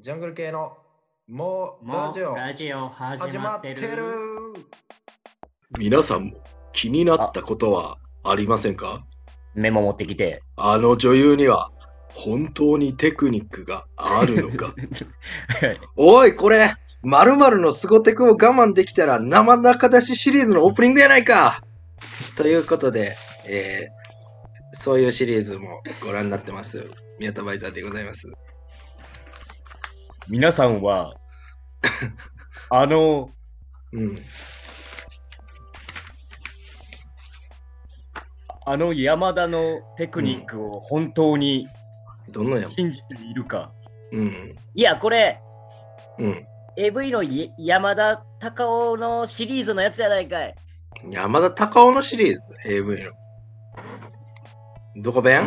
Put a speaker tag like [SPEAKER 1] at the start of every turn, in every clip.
[SPEAKER 1] ジャングル系のもう
[SPEAKER 2] もう
[SPEAKER 1] ラジオ
[SPEAKER 2] ラジオ始
[SPEAKER 1] 始
[SPEAKER 2] ま
[SPEAKER 1] ま
[SPEAKER 2] っ
[SPEAKER 1] ってて
[SPEAKER 2] る
[SPEAKER 1] る
[SPEAKER 3] 皆さんも気になったことはありませんか
[SPEAKER 4] メモ持ってきて。
[SPEAKER 3] あの女優には本当にテクニックがある のかおいこれ〇〇のスゴテクを我慢できたら生中出しシリーズのオープニングやないかということで、えーそういうシリーズもご覧になってます。宮田バイザーでございます。
[SPEAKER 4] 皆さ んは、あの、
[SPEAKER 3] うん。
[SPEAKER 4] あの山田のテクニックを本当に
[SPEAKER 3] どのやも。
[SPEAKER 4] 信じているか。
[SPEAKER 3] うん。
[SPEAKER 4] いや、これ、
[SPEAKER 3] うん。
[SPEAKER 4] AV のい山田隆夫のシリーズのやつやないかい。
[SPEAKER 3] 山田隆夫のシリーズ、AV の。どこ弁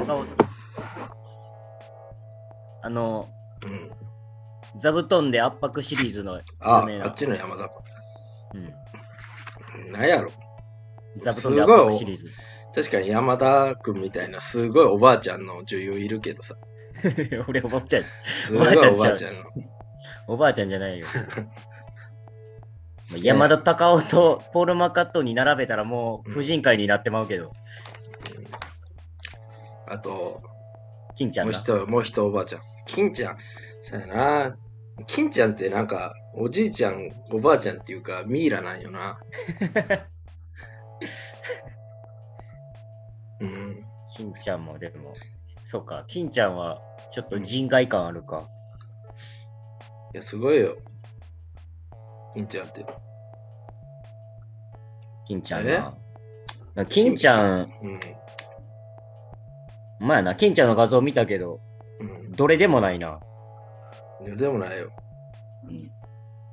[SPEAKER 4] あの、
[SPEAKER 3] うん。
[SPEAKER 4] 座布団で圧迫シリーズの、
[SPEAKER 3] あ
[SPEAKER 4] 有名、な
[SPEAKER 3] あっちの山田。
[SPEAKER 4] うん、
[SPEAKER 3] なんやろ。
[SPEAKER 4] 座布団で圧迫シリーズ。
[SPEAKER 3] 確かに山田君みたいなすごいおばあちゃんの女優いるけどさ。
[SPEAKER 4] 俺おばあちゃん、
[SPEAKER 3] すごいおばあちゃんの。
[SPEAKER 4] おばあちゃんじゃな いよ。まあ山田隆夫とポール・マッカットンに並べたらもう婦人会になってまうけど、
[SPEAKER 3] あと、
[SPEAKER 4] 金ちゃ
[SPEAKER 3] も
[SPEAKER 4] ん
[SPEAKER 3] う
[SPEAKER 4] が。
[SPEAKER 3] 一もう一おばあちゃん。金ちゃん。さやな。金ちゃんってなんか、おじいちゃん、おばあちゃんっていうか、ミイラなんよ な。うん。
[SPEAKER 4] 金ちゃんもでも、そうか、金ちゃんはちょっと人外感あるか。
[SPEAKER 3] いや、すごいよ。金ちゃんって。
[SPEAKER 4] 金ちゃんが。金ちゃん、
[SPEAKER 3] うん。
[SPEAKER 4] まやな、金ちゃんの画像見たけど、
[SPEAKER 3] うん
[SPEAKER 4] どれでもないな。
[SPEAKER 3] いや。でもないよ。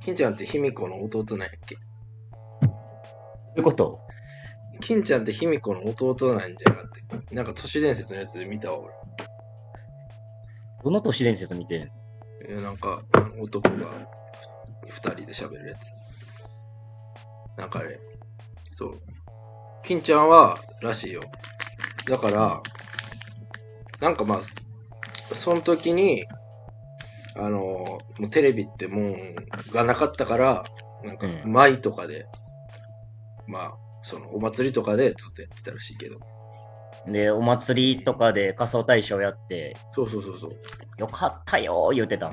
[SPEAKER 3] 金ちゃんって卑弥呼の弟なんやっけ
[SPEAKER 4] どういうこと
[SPEAKER 3] 金ちゃんって卑弥呼の弟なんじゃなくて、なんか都市伝説のやつで見たわ、
[SPEAKER 4] どの都市伝説見てんの
[SPEAKER 3] 俺。えなんか、男がふ二人で喋るやつ。なんかあれ、そう。金ちゃんは、らしいよ。だから、なんかまあ、その時に、あの、もうテレビってもんがなかったから、なんか
[SPEAKER 4] う、ん
[SPEAKER 3] 舞とかで、まあ、その、お祭りとかでずっとやってたらしいけど。
[SPEAKER 4] で、お祭りとかで仮装大賞やって、
[SPEAKER 3] そうそうそうそう。
[SPEAKER 4] よかったよー言ってた。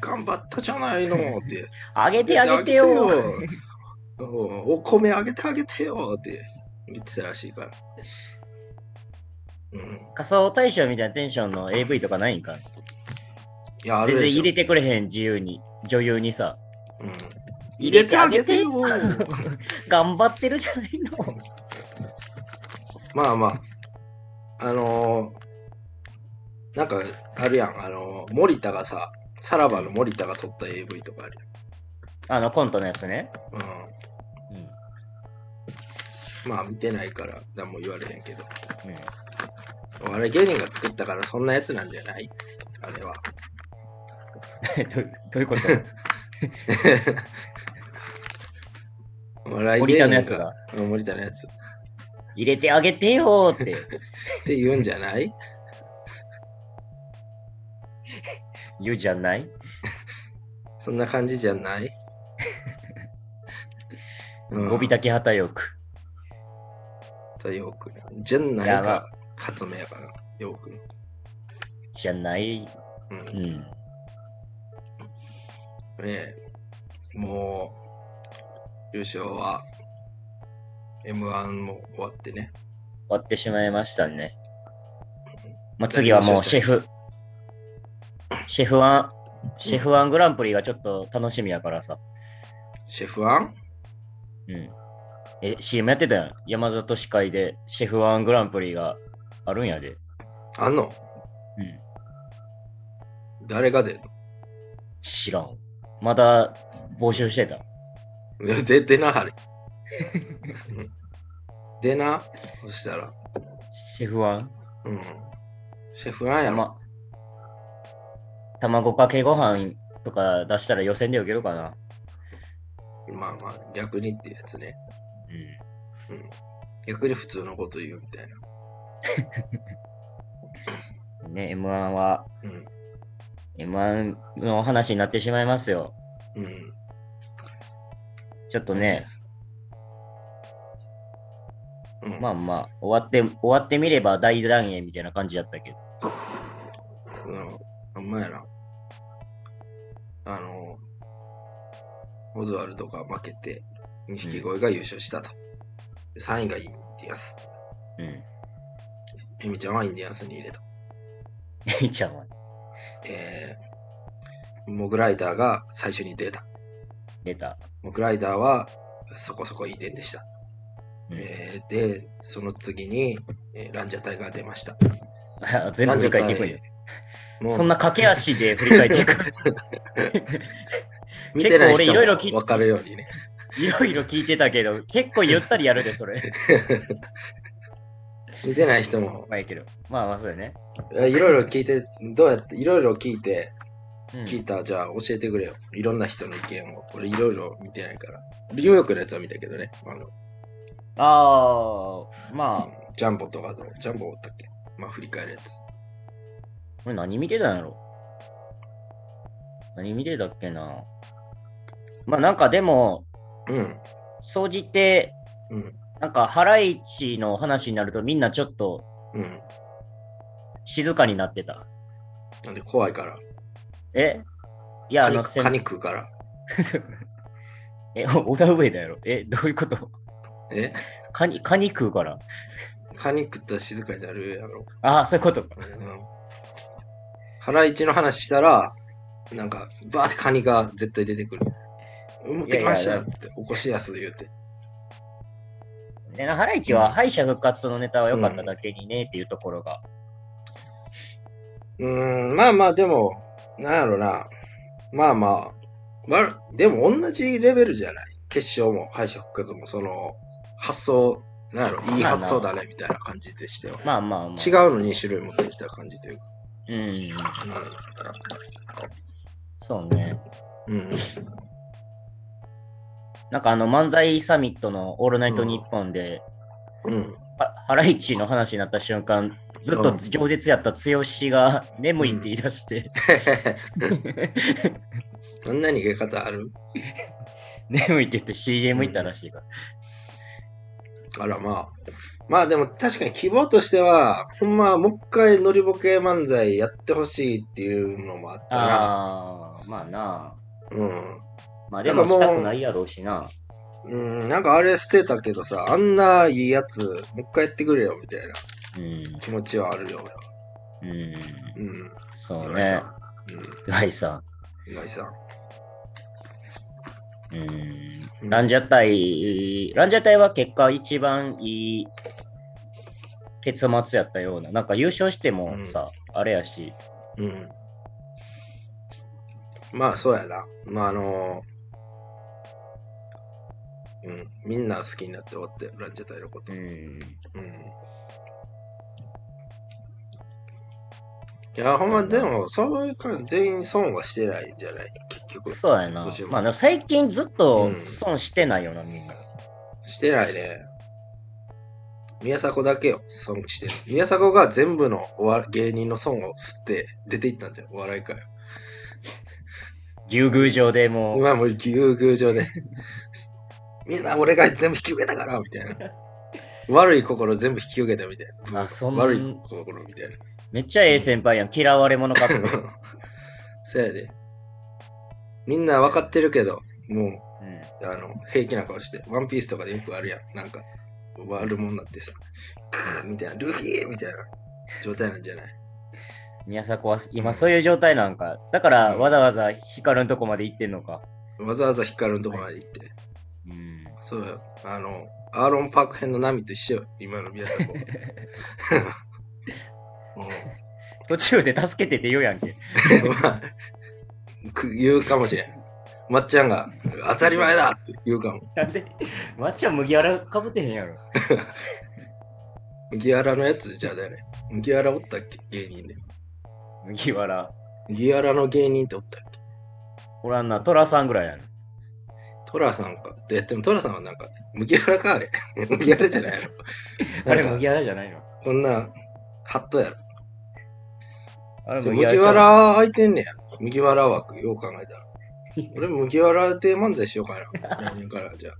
[SPEAKER 3] 頑張ったじゃないのって。
[SPEAKER 4] あげてあげてよ
[SPEAKER 3] あげ
[SPEAKER 4] ー
[SPEAKER 3] てよおお米あげてあげてよって言ってたらしいから。うん。
[SPEAKER 4] 仮装大賞みたいなテンションの AV とかないんか
[SPEAKER 3] いや、あ
[SPEAKER 4] 全
[SPEAKER 3] る
[SPEAKER 4] 然
[SPEAKER 3] でし
[SPEAKER 4] 入
[SPEAKER 3] ょ
[SPEAKER 4] れてくれへん自由に女優にさ
[SPEAKER 3] うん
[SPEAKER 4] 入
[SPEAKER 3] 入
[SPEAKER 4] れ
[SPEAKER 3] れ
[SPEAKER 4] て
[SPEAKER 3] て
[SPEAKER 4] あ
[SPEAKER 3] あ
[SPEAKER 4] げ
[SPEAKER 3] げ
[SPEAKER 4] て
[SPEAKER 3] て
[SPEAKER 4] よ
[SPEAKER 3] よ
[SPEAKER 4] 頑張ってるじゃないの
[SPEAKER 3] まあまあ。あのー、なんか、あるやん。あのー、森田がさ、さらばの森田が撮った AV とかある
[SPEAKER 4] あのコントのやつね、
[SPEAKER 3] やん。うん。まあ、見てないから、何も言われへんけど。お笑い芸人が作ったから、そんなやつなんじゃないあれは。
[SPEAKER 4] どどう いうこと
[SPEAKER 3] 笑い
[SPEAKER 4] 森
[SPEAKER 3] 芸人
[SPEAKER 4] 田
[SPEAKER 3] が
[SPEAKER 4] のやつが
[SPEAKER 3] うん森田のやつ。っ
[SPEAKER 4] 入れてあげてよーって
[SPEAKER 3] て言うんじゃない
[SPEAKER 4] 言うじゃない
[SPEAKER 3] そんな感じじゃない、うん、
[SPEAKER 4] ゴビだけ旗よく
[SPEAKER 3] とよく。じゃない
[SPEAKER 4] やば
[SPEAKER 3] か、発明やから、よく。
[SPEAKER 4] じゃない、
[SPEAKER 3] うん。
[SPEAKER 4] う
[SPEAKER 3] ね
[SPEAKER 4] ん、
[SPEAKER 3] え、もう、優勝は、M1 も終わってね。
[SPEAKER 4] 終わってしまいましたね、まあ、次はもうシェフシェフワンシェフワングランプリがちょっと楽しみやからさ、
[SPEAKER 3] シェフワン
[SPEAKER 4] うん。え、CM やってたやん。山里司会でシェフワングランプリがあるんやで。
[SPEAKER 3] あんの
[SPEAKER 4] うん。
[SPEAKER 3] 誰が出ん
[SPEAKER 4] 知らん。まだ募集してた。
[SPEAKER 3] のいや出出なはれ。うん出な、そしたら。
[SPEAKER 4] シェフワン
[SPEAKER 3] うん。シェフワンやろ。
[SPEAKER 4] ま、卵かけご飯とか出したら予選で受けるかな。
[SPEAKER 3] まあまあ、逆にっていうやつね。
[SPEAKER 4] うん。
[SPEAKER 3] 逆に普通のこと言うみたいな。
[SPEAKER 4] ね、M1 は
[SPEAKER 3] うん。
[SPEAKER 4] M1 の話になってしまいますよ。
[SPEAKER 3] うん。
[SPEAKER 4] ちょっとね、
[SPEAKER 3] うん、
[SPEAKER 4] まあまあ、終わって、終わってみれば大団円みたいな感じやったけど。
[SPEAKER 3] うん、あんまやな。あの、オズワルドが負けて、錦鯉が優勝したと。3位がインディアンス。
[SPEAKER 4] うん。
[SPEAKER 3] エミちゃんはインディアンスに入れた。
[SPEAKER 4] いいちゃんは
[SPEAKER 3] えー、モグライダーが最初に出た。
[SPEAKER 4] 出た。
[SPEAKER 3] モグライダーはそこそこいい点でした。
[SPEAKER 4] うん
[SPEAKER 3] えーで、その次に、えーランジャタイが出ました。
[SPEAKER 4] あ 全部振り返っていくんよ。
[SPEAKER 3] もう
[SPEAKER 4] そんな駆け足で振り返ってい く。
[SPEAKER 3] 見てない
[SPEAKER 4] 結構俺
[SPEAKER 3] 人
[SPEAKER 4] いろいろ聞い
[SPEAKER 3] も分かるようにね。
[SPEAKER 4] いろいろ聞いてたけど、結構ゆったりやるで、それ。
[SPEAKER 3] 見てない人も
[SPEAKER 4] まあいいけど。まあまあ、そうだよね。
[SPEAKER 3] えいろいろ聞いて、どうやって、いろいろ聞いて、
[SPEAKER 4] うん
[SPEAKER 3] 聞いた、じゃあ教えてくれよ。いろんな人の意見を。俺いろいろ見てないから。ニューヨークのやつは見たけどね。あの
[SPEAKER 4] ああ、まあ、
[SPEAKER 3] ジャンボとかの、ジャンボおったっけまあ振り返るやつ。
[SPEAKER 4] これ何見てたんやろ何見てたっけなまあなんかでも、
[SPEAKER 3] うん。
[SPEAKER 4] 総じて、
[SPEAKER 3] うん。
[SPEAKER 4] なんかハライチの話になるとみんなちょっと
[SPEAKER 3] うん。
[SPEAKER 4] 静かになってた。
[SPEAKER 3] なんで怖いから。
[SPEAKER 4] えいや、
[SPEAKER 3] カ
[SPEAKER 4] あ
[SPEAKER 3] ニ
[SPEAKER 4] の、せん
[SPEAKER 3] カニ食うから。
[SPEAKER 4] え、おオダウエだやろ。え、どういうこと
[SPEAKER 3] え
[SPEAKER 4] カニ、カニ食うから。
[SPEAKER 3] カニ食ったら静かになるやろ。
[SPEAKER 4] ああ、そういうことか。
[SPEAKER 3] うん。ハライチの話したら、なんか、バーってカニが絶対出てくる。持ってきましたよって、起こしやすい言うて。
[SPEAKER 4] でハライチは敗者復活のネタは良かっただけにねっていうところが。
[SPEAKER 3] うーん、まあまあ、でも、なんやろな。まあまあ、わでも同じレベルじゃない。決勝も敗者復活も、その、発想、なんやろ、いい
[SPEAKER 4] まあ
[SPEAKER 3] 発想だね、みたいな感じでしては。
[SPEAKER 4] まあま
[SPEAKER 3] 違
[SPEAKER 4] あま
[SPEAKER 3] うの2種類持ってきた感じというか。
[SPEAKER 4] あ。うん。そうね。
[SPEAKER 3] うん。うん。
[SPEAKER 4] なんかあの漫才サミットのオールナイトニッポンで、
[SPEAKER 3] うん。
[SPEAKER 4] はハライチの話になった瞬間、ずっと饒舌やった剛が眠いって言い出して、
[SPEAKER 3] そんな逃げ方ある
[SPEAKER 4] 眠いって言って CM 行ったらしいから。
[SPEAKER 3] あらまあ。まあでも確かに希望としては、ほんまもう一回ノリボケ漫才やってほしいっていうのもあったな。
[SPEAKER 4] ああ、まあな
[SPEAKER 3] うん。
[SPEAKER 4] あ。まあでもしたくないやろうしな。
[SPEAKER 3] うん、なんかあれ捨てたけどさ、あんないいやつ、もう一回やってくれよみたいな
[SPEAKER 4] うん。
[SPEAKER 3] 気持ちはあるよ、俺は。
[SPEAKER 4] うん。
[SPEAKER 3] うん。
[SPEAKER 4] そう
[SPEAKER 3] 岩井さ
[SPEAKER 4] ね。
[SPEAKER 3] ん。
[SPEAKER 4] 岩井さ
[SPEAKER 3] うん。岩井さん。
[SPEAKER 4] ん。うん。
[SPEAKER 3] うん
[SPEAKER 4] ランジャタイ、ランジャタイは結果一番いい結末やったような。なんか優勝してもさ、あれやし。
[SPEAKER 3] うん。まあ、そうやな。まあ、あのーうん。みんな好きになって終わって、ランジャタイのこと。
[SPEAKER 4] ん。
[SPEAKER 3] いや、ほんま、でも、そういう感じ、全員損はしてないんじゃない結局。
[SPEAKER 4] そうやな
[SPEAKER 3] どうしよ。う
[SPEAKER 4] まあでも最近ずっと
[SPEAKER 3] うん
[SPEAKER 4] 損してないよな、みんな。
[SPEAKER 3] してないね。宮迫だけよ、損してる。宮迫が全部のおわ芸人の損を吸って出ていったんじゃん、お笑い界を。
[SPEAKER 4] 牛宮城でもう、
[SPEAKER 3] 今もう牛宮城で。 みんな俺が全部引き受けたからみたいな。悪い心全部引き受けたみたいな。
[SPEAKER 4] あそんな
[SPEAKER 3] 悪い心みたいな。
[SPEAKER 4] めっちゃええ先輩やん。嫌われ者かと思った。
[SPEAKER 3] そやで。みんな分かってるけど、も
[SPEAKER 4] うん。
[SPEAKER 3] う、あの、平気な顔して、ワンピースとかでよくあるやん。なんか、悪者になってさ、クーみたいな、ルフィみたいな状態なんじゃない
[SPEAKER 4] 宮迫は今そういう状態なんか。だからわざわざ光のとこまで行ってんのか。
[SPEAKER 3] わざわざ光るとこまで行って。
[SPEAKER 4] うん。
[SPEAKER 3] そうよ。あの、アーロン・パーク編の波と一緒よ。今の宮迫は。うん
[SPEAKER 4] 途中で助けてって言うやんけ。
[SPEAKER 3] まあ、く言うかもしれん。まっちゃんが、当たり前だって言うかも。
[SPEAKER 4] なんで、マッチは麦わらかぶってへんやろ。
[SPEAKER 3] 麦わらのやつじゃ誰麦わらおったっけ芸人で。
[SPEAKER 4] 麦わら。
[SPEAKER 3] 麦わらの芸人っておったっけ
[SPEAKER 4] おらんな、トラさんぐらいやん。
[SPEAKER 3] トラさんか。で、でもトラさんはなんか、麦わらかあれ。 麦わらじゃないやろ。
[SPEAKER 4] あれ
[SPEAKER 3] なんか
[SPEAKER 4] 麦わらじゃないの
[SPEAKER 3] こんな、ハットやろ。
[SPEAKER 4] あれ
[SPEAKER 3] 麦わ
[SPEAKER 4] ちゃう
[SPEAKER 3] ら開いてんねや。麦わら枠、よう考えたら。俺、麦わらで漫才しようかな。 来年から、じゃ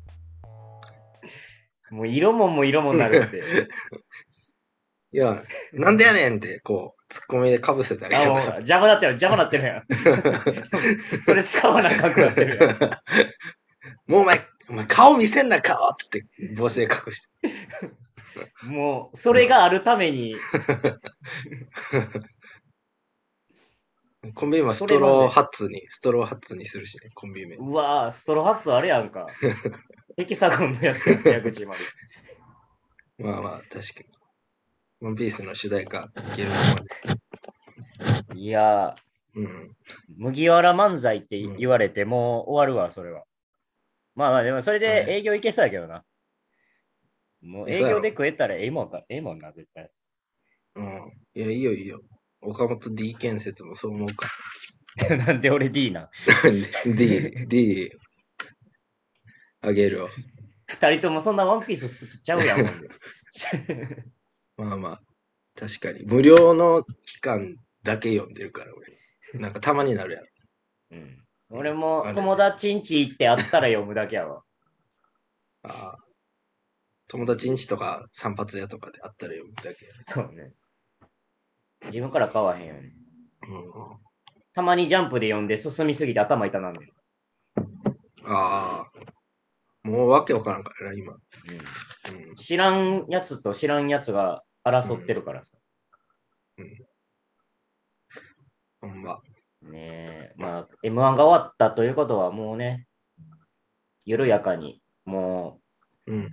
[SPEAKER 3] あ。
[SPEAKER 4] もう色もんも色もんなるって。
[SPEAKER 3] いや、なんでやねんって、こう、ツッコミでかぶせたり
[SPEAKER 4] あ、
[SPEAKER 3] と
[SPEAKER 4] もう
[SPEAKER 3] かさ。
[SPEAKER 4] 邪魔なってる、邪魔なって るやん。それ使わなあかんくなってるやん。
[SPEAKER 3] もうお前、お前顔見せんな顔っつって、帽子で隠して。
[SPEAKER 4] もう、それがあるために、
[SPEAKER 3] コンビ名はストローハッツに、ストローハッツにするしね、コンビ名。
[SPEAKER 4] うわぁ、ストローハッツあれやんか。ヘキサゴンのやつやん、矢口まで。
[SPEAKER 3] まあまあ、確かに。ワンピースの主題歌、いける
[SPEAKER 4] いやー
[SPEAKER 3] うん。
[SPEAKER 4] 麦わら漫才って
[SPEAKER 3] うん
[SPEAKER 4] 言われて、もう終わるわ、それは。まあまあ、でもそれで営業行けそうやけどな。もう営業で食えたらええもんか、ええもんな、絶対。
[SPEAKER 3] うん。いや、いいよいいよ。岡本 D 建設もそう思うか。
[SPEAKER 4] なんで俺 D な。
[SPEAKER 3] D、D、あげるわ。
[SPEAKER 4] 二人ともそんなワンピース好きちゃうやん。ほんで
[SPEAKER 3] まあまあ、確かに。無料の期間だけ読んでるから、俺。なんかたまになるやろ。
[SPEAKER 4] うん俺も友達んち行って会ったら読むだけやわ。
[SPEAKER 3] ああ友達んちとか散髪屋とかであったら読むだけや
[SPEAKER 4] そうね。自分から買わへんよね。
[SPEAKER 3] ろ。
[SPEAKER 4] たまにジャンプで読んで進みすぎて頭痛なんね
[SPEAKER 3] う
[SPEAKER 4] ん。
[SPEAKER 3] ん、ああ、もうわけわからんからな、今。う
[SPEAKER 4] うん
[SPEAKER 3] ん
[SPEAKER 4] 知らんやつと知らんやつが争ってるからさ。
[SPEAKER 3] ほんま。
[SPEAKER 4] ねえ、まあ、M1 が終わったということはもうね、緩やかに、も
[SPEAKER 3] うん。
[SPEAKER 4] う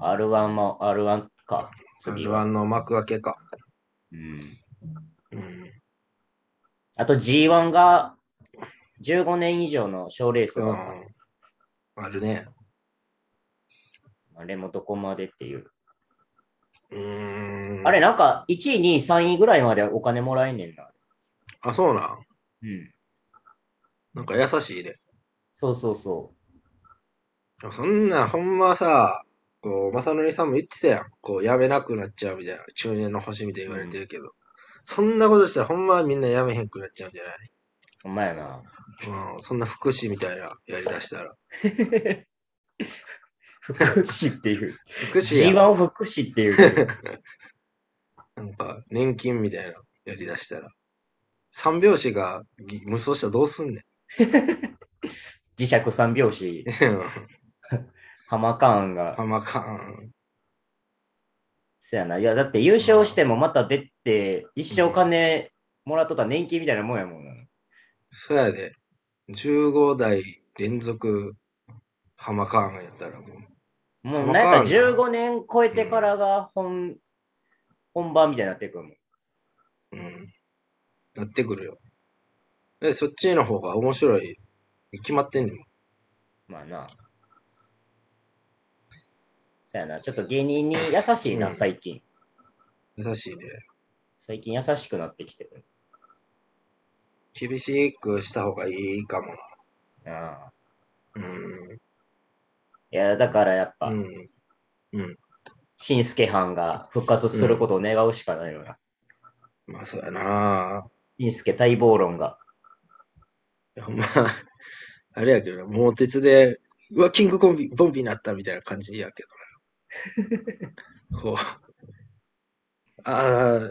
[SPEAKER 4] R1 も R1 か、次は。
[SPEAKER 3] R1 の幕開けか。
[SPEAKER 4] うん、
[SPEAKER 3] うん。
[SPEAKER 4] あと G1 が15年以上の賞レースがさ、
[SPEAKER 3] あるね。
[SPEAKER 4] あれもどこまでっていう。
[SPEAKER 3] うーん。
[SPEAKER 4] あれ、なんか1位、2位、3位ぐらいまでお金もらえんねんな。
[SPEAKER 3] あ、そうなん。
[SPEAKER 4] うん。
[SPEAKER 3] なんか優しいね。
[SPEAKER 4] そうそうそ
[SPEAKER 3] そんなん、ほんまさ、こう、まさのりさんも言ってたやん。こう、やめなくなっちゃうみたいな。中年の星みたいに言われてるけど。そんなことしたら、ほんまみんなやめへんくなっちゃうんじゃ
[SPEAKER 4] う。ほんまやな。
[SPEAKER 3] ないうん。そんな福祉みたいな、やりだしたら。
[SPEAKER 4] 福祉っていう。
[SPEAKER 3] 福祉や
[SPEAKER 4] G1 を福祉っていうけど。
[SPEAKER 3] なんか、年金みたいな、やりだしたら。三拍子がぎ無双したらどうすんね
[SPEAKER 4] 磁石三拍子、
[SPEAKER 3] ん。
[SPEAKER 4] ハマカーンが
[SPEAKER 3] あ。まかん。
[SPEAKER 4] そやな。いや、だって優勝してもまた出て、一生金もらっとった年金みたいなもんやもんな。
[SPEAKER 3] そやで。15代連続、ハマカーンやったらもう。
[SPEAKER 4] もう
[SPEAKER 3] わか
[SPEAKER 4] なんから
[SPEAKER 3] んない
[SPEAKER 4] 15年超えてからが本、本番みたいになってくるもん。
[SPEAKER 3] うん。なってくるよ。で、そっちの方が面白い。決まってんねんもん。
[SPEAKER 4] まあな。そやな。ちょっと芸人に優しいな、
[SPEAKER 3] うん
[SPEAKER 4] 最近。
[SPEAKER 3] 優しいね。
[SPEAKER 4] 最近優しくなってきてる。
[SPEAKER 3] 厳しくした方がいいかもな。
[SPEAKER 4] ああ。
[SPEAKER 3] うん。
[SPEAKER 4] いや、だからやっぱ、
[SPEAKER 3] うん。
[SPEAKER 4] しんすけはんが復活することを願うしかないよな。
[SPEAKER 3] まあ、そうやな。
[SPEAKER 4] しんすけ待望論 が。
[SPEAKER 3] いやほんま、あれやけどな、猛鉄で、うわ、キングコンビ、ボンビになったみたいな感じやけどな。こう、ああ、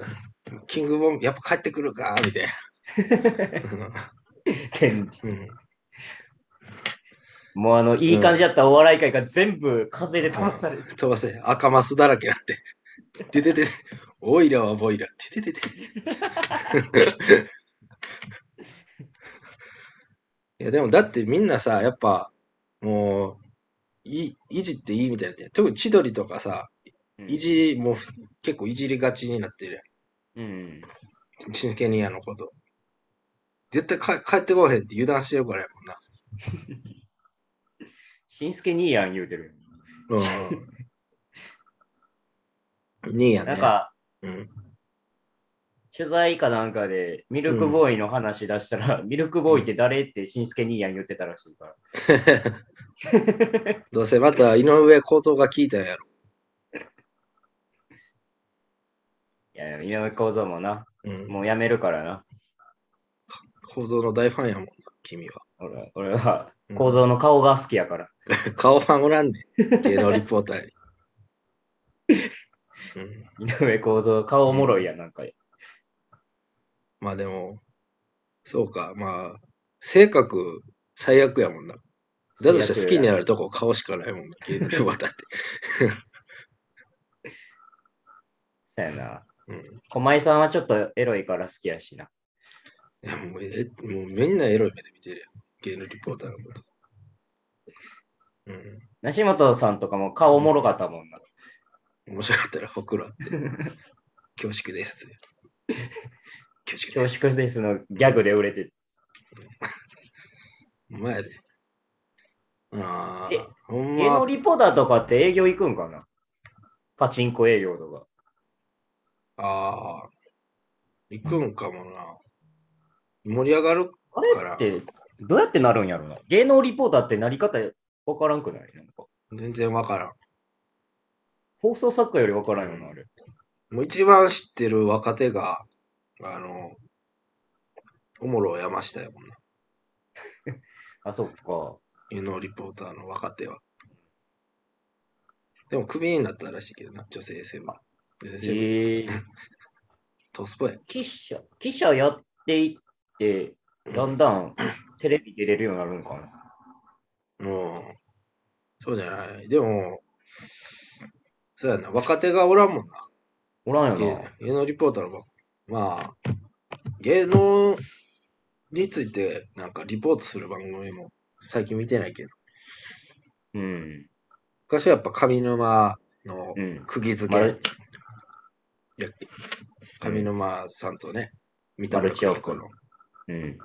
[SPEAKER 3] キングボンビ、やっぱ帰ってくるか、みたいな。
[SPEAKER 4] 天
[SPEAKER 3] うんうん
[SPEAKER 4] もうあの、いい感じだったお笑い界が全部風で飛ばされて、
[SPEAKER 3] 飛ばせ、赤マスだらけになって。てててて、おいらはボイラ。てててて。いや、でもだってみんなさ、やっぱ、もう、い、いじっていいみたいなって。特に千鳥とかさ、いじり、もう結構いじりがちになってるや
[SPEAKER 4] うん。
[SPEAKER 3] ん。真剣にやのこと。絶対か帰ってこへんって油断してるからやもんな。
[SPEAKER 4] しんすけにいやん言うてる。
[SPEAKER 3] うん。兄やね。
[SPEAKER 4] なんか、
[SPEAKER 3] うん。
[SPEAKER 4] 取材かなんかで、ミルクボーイの話出したら、ミルクボーイって誰ってしんすけにいやん言ってたらしいから。
[SPEAKER 3] どうせまた井上構造が効いたんやろ
[SPEAKER 4] いや、井上構造もな、
[SPEAKER 3] うん、
[SPEAKER 4] もうやめるからな。
[SPEAKER 3] 構造の大ファンやもんな、君は。
[SPEAKER 4] 俺は俺は
[SPEAKER 3] うん
[SPEAKER 4] 構造の顔が好きやから。
[SPEAKER 3] 顔ファンおらんねん。芸能リポーターに。 うん、
[SPEAKER 4] 井上構造、顔おもろいやん、なんか。
[SPEAKER 3] まあでも、そうか、まあ、性格最悪やもんな。だとしたら好きになるとこ顔しかないもんな、芸能リポーター って。
[SPEAKER 4] そうやな。
[SPEAKER 3] うん
[SPEAKER 4] 駒井さんはちょっとエロいから好きやしな。
[SPEAKER 3] いやもうえもうみんなエロい目で見てるやん。芸能リポーターのこと。うん。
[SPEAKER 4] 梨本さんとかも顔おもろかったもんな。
[SPEAKER 3] 面白かったらほくろあ って。恐縮です。恐縮
[SPEAKER 4] 恐
[SPEAKER 3] です。
[SPEAKER 4] 縮ですのギャグで売れて
[SPEAKER 3] お前やで。あ
[SPEAKER 4] え
[SPEAKER 3] あ、ほん
[SPEAKER 4] 芸能
[SPEAKER 3] ま。
[SPEAKER 4] リポーターとかって営業行くんかなパチンコ営業とか。
[SPEAKER 3] ああ。行くんかもな。盛り上がる
[SPEAKER 4] あ
[SPEAKER 3] から
[SPEAKER 4] れってどうやってなるんやろな芸能リポーターってなり方わからんくないなんか
[SPEAKER 3] 全然わからん。
[SPEAKER 4] 放送作家よりわからんよな、あれ。
[SPEAKER 3] もう一番知ってる若手が、あの、おもろ山下やもんな。
[SPEAKER 4] あ、そっか。
[SPEAKER 3] 芸能リポーターの若手は。でもクビになったらしいけどな、女性セブン。女性セブン。
[SPEAKER 4] ええー。
[SPEAKER 3] トスポや。
[SPEAKER 4] 記者、記者やっていって、だんだんテレビ出れるようになるんかな。
[SPEAKER 3] もう、そうじゃない。でも、そうやな、若手がおらんもんな。
[SPEAKER 4] おらんよな
[SPEAKER 3] 芸。芸能リポーターのばまあ、芸能についてなんかリポートする番組も最近見てないけど、
[SPEAKER 4] うん。
[SPEAKER 3] 昔はやっぱ上沼の
[SPEAKER 4] うん。
[SPEAKER 3] 釘付け
[SPEAKER 4] マ
[SPEAKER 3] やっ
[SPEAKER 4] ル
[SPEAKER 3] け、上沼さんとね、三
[SPEAKER 4] マ
[SPEAKER 3] 田
[SPEAKER 4] ルチオ
[SPEAKER 3] 村
[SPEAKER 4] フ
[SPEAKER 3] 子の。
[SPEAKER 4] うん。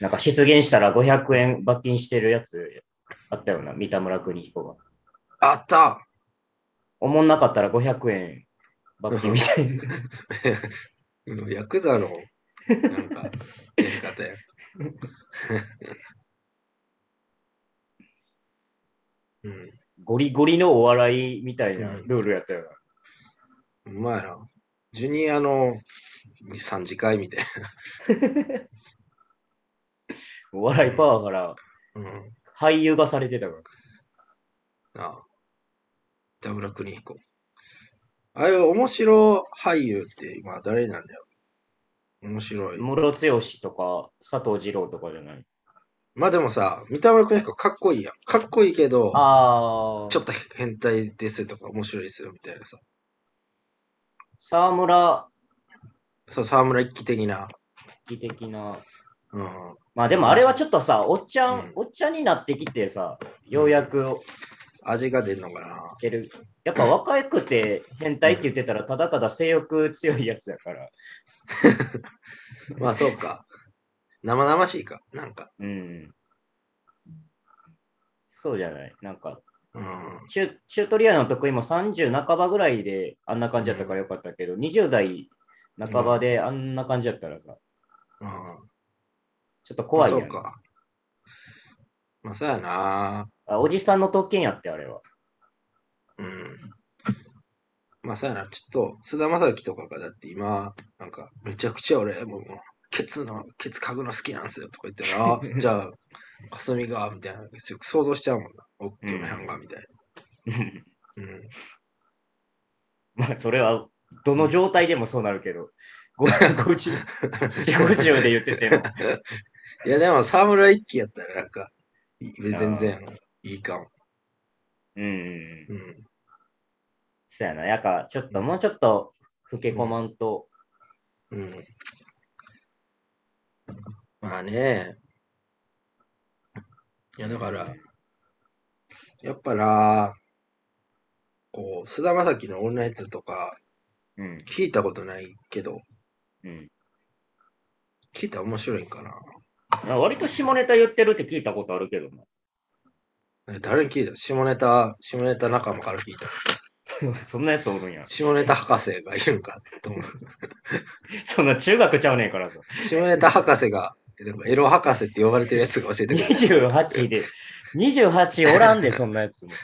[SPEAKER 4] なんか失言したら500円罰金してるやつあったよな、三田村邦彦が。
[SPEAKER 3] あった
[SPEAKER 4] おもんなかったら500円罰金みたいな。
[SPEAKER 3] うんヤクザの、なんか、やり方や。うん、
[SPEAKER 4] ゴリゴリのお笑いみたいなルールやったよな。
[SPEAKER 3] うまいな。ジュニアの3次会みたい
[SPEAKER 4] お笑いパワーから
[SPEAKER 3] な。うん。
[SPEAKER 4] 俳優がされてたから。
[SPEAKER 3] なあ。田村邦彦。ああいう面白俳優って今誰なんだよ。面白い。
[SPEAKER 4] ムロツヨシとか佐藤二郎とかじゃない。
[SPEAKER 3] まあでもさ、三田村邦彦かっこいいやん。かっこいいけど、
[SPEAKER 4] ああ。
[SPEAKER 3] ちょっと変態ですよとか面白いですよみたいなさ。
[SPEAKER 4] 沢村
[SPEAKER 3] そう、沢村一樹的な。
[SPEAKER 4] 的的な。
[SPEAKER 3] うん。
[SPEAKER 4] まあでもあれはちょっとさ、おっちゃん、
[SPEAKER 3] うん
[SPEAKER 4] おっちゃんになってきてさ、ようやく
[SPEAKER 3] 味が出んのかな。
[SPEAKER 4] 出る。やっぱ若くて変態って言ってたら、ただただ性欲強いやつだから。
[SPEAKER 3] まあそうか。生々しいか。なんか。
[SPEAKER 4] うん。そうじゃない。なんか、
[SPEAKER 3] うん。
[SPEAKER 4] チュチュートリアルの得意も30半ばぐらいであんな感じだったからよかったけど、20代半ばであんな感じだったらさ、
[SPEAKER 3] うん、
[SPEAKER 4] ちょっと怖いや
[SPEAKER 3] ま
[SPEAKER 4] ん
[SPEAKER 3] あそうか。まあそうやな。
[SPEAKER 4] あおじさんの特権やって、あれは。
[SPEAKER 3] うん。まあそうやな。ちょっと、菅田将暉とかがだって今、なんか、めちゃくちゃ俺、もう、ケツの、ケツ嗅ぐの好きなんすよとか言ったら、あ じゃあ、霞が、みたいな、よく想像しちゃうもんな。おっきいハンガーみたいな。うん。
[SPEAKER 4] まあ、それは、どの状態でもそうなるけど、50、50で言ってても。
[SPEAKER 3] いや、でも、沢村一樹やったら、なんか、い全然いいかも。
[SPEAKER 4] うんうん。
[SPEAKER 3] うん。
[SPEAKER 4] そうやな。やか、ちょっと、もうちょっと、老け込まんと、
[SPEAKER 3] うん。まあね。いや、だから、やっぱな、こう、菅田将暉のオンライトとか、
[SPEAKER 4] うん、
[SPEAKER 3] 聞いたことないけど、
[SPEAKER 4] うん。
[SPEAKER 3] 聞いたら面白いんか
[SPEAKER 4] あ割と下ネタ言ってるって聞いたことあるけど
[SPEAKER 3] な。誰に聞いた下ネタ、下ネタ仲間から聞いた。
[SPEAKER 4] な。 そんなやつおるんや。
[SPEAKER 3] 下ネタ博士がいるんかと思う。
[SPEAKER 4] そんな中学ちゃうねんからさ。
[SPEAKER 3] 下ネタ博士が、なんかエロ博士って呼ばれてるやつが教えてくれた。ちょ、ちょ、
[SPEAKER 4] 28で、28お らんで、そんなやつも。
[SPEAKER 3] ちょ、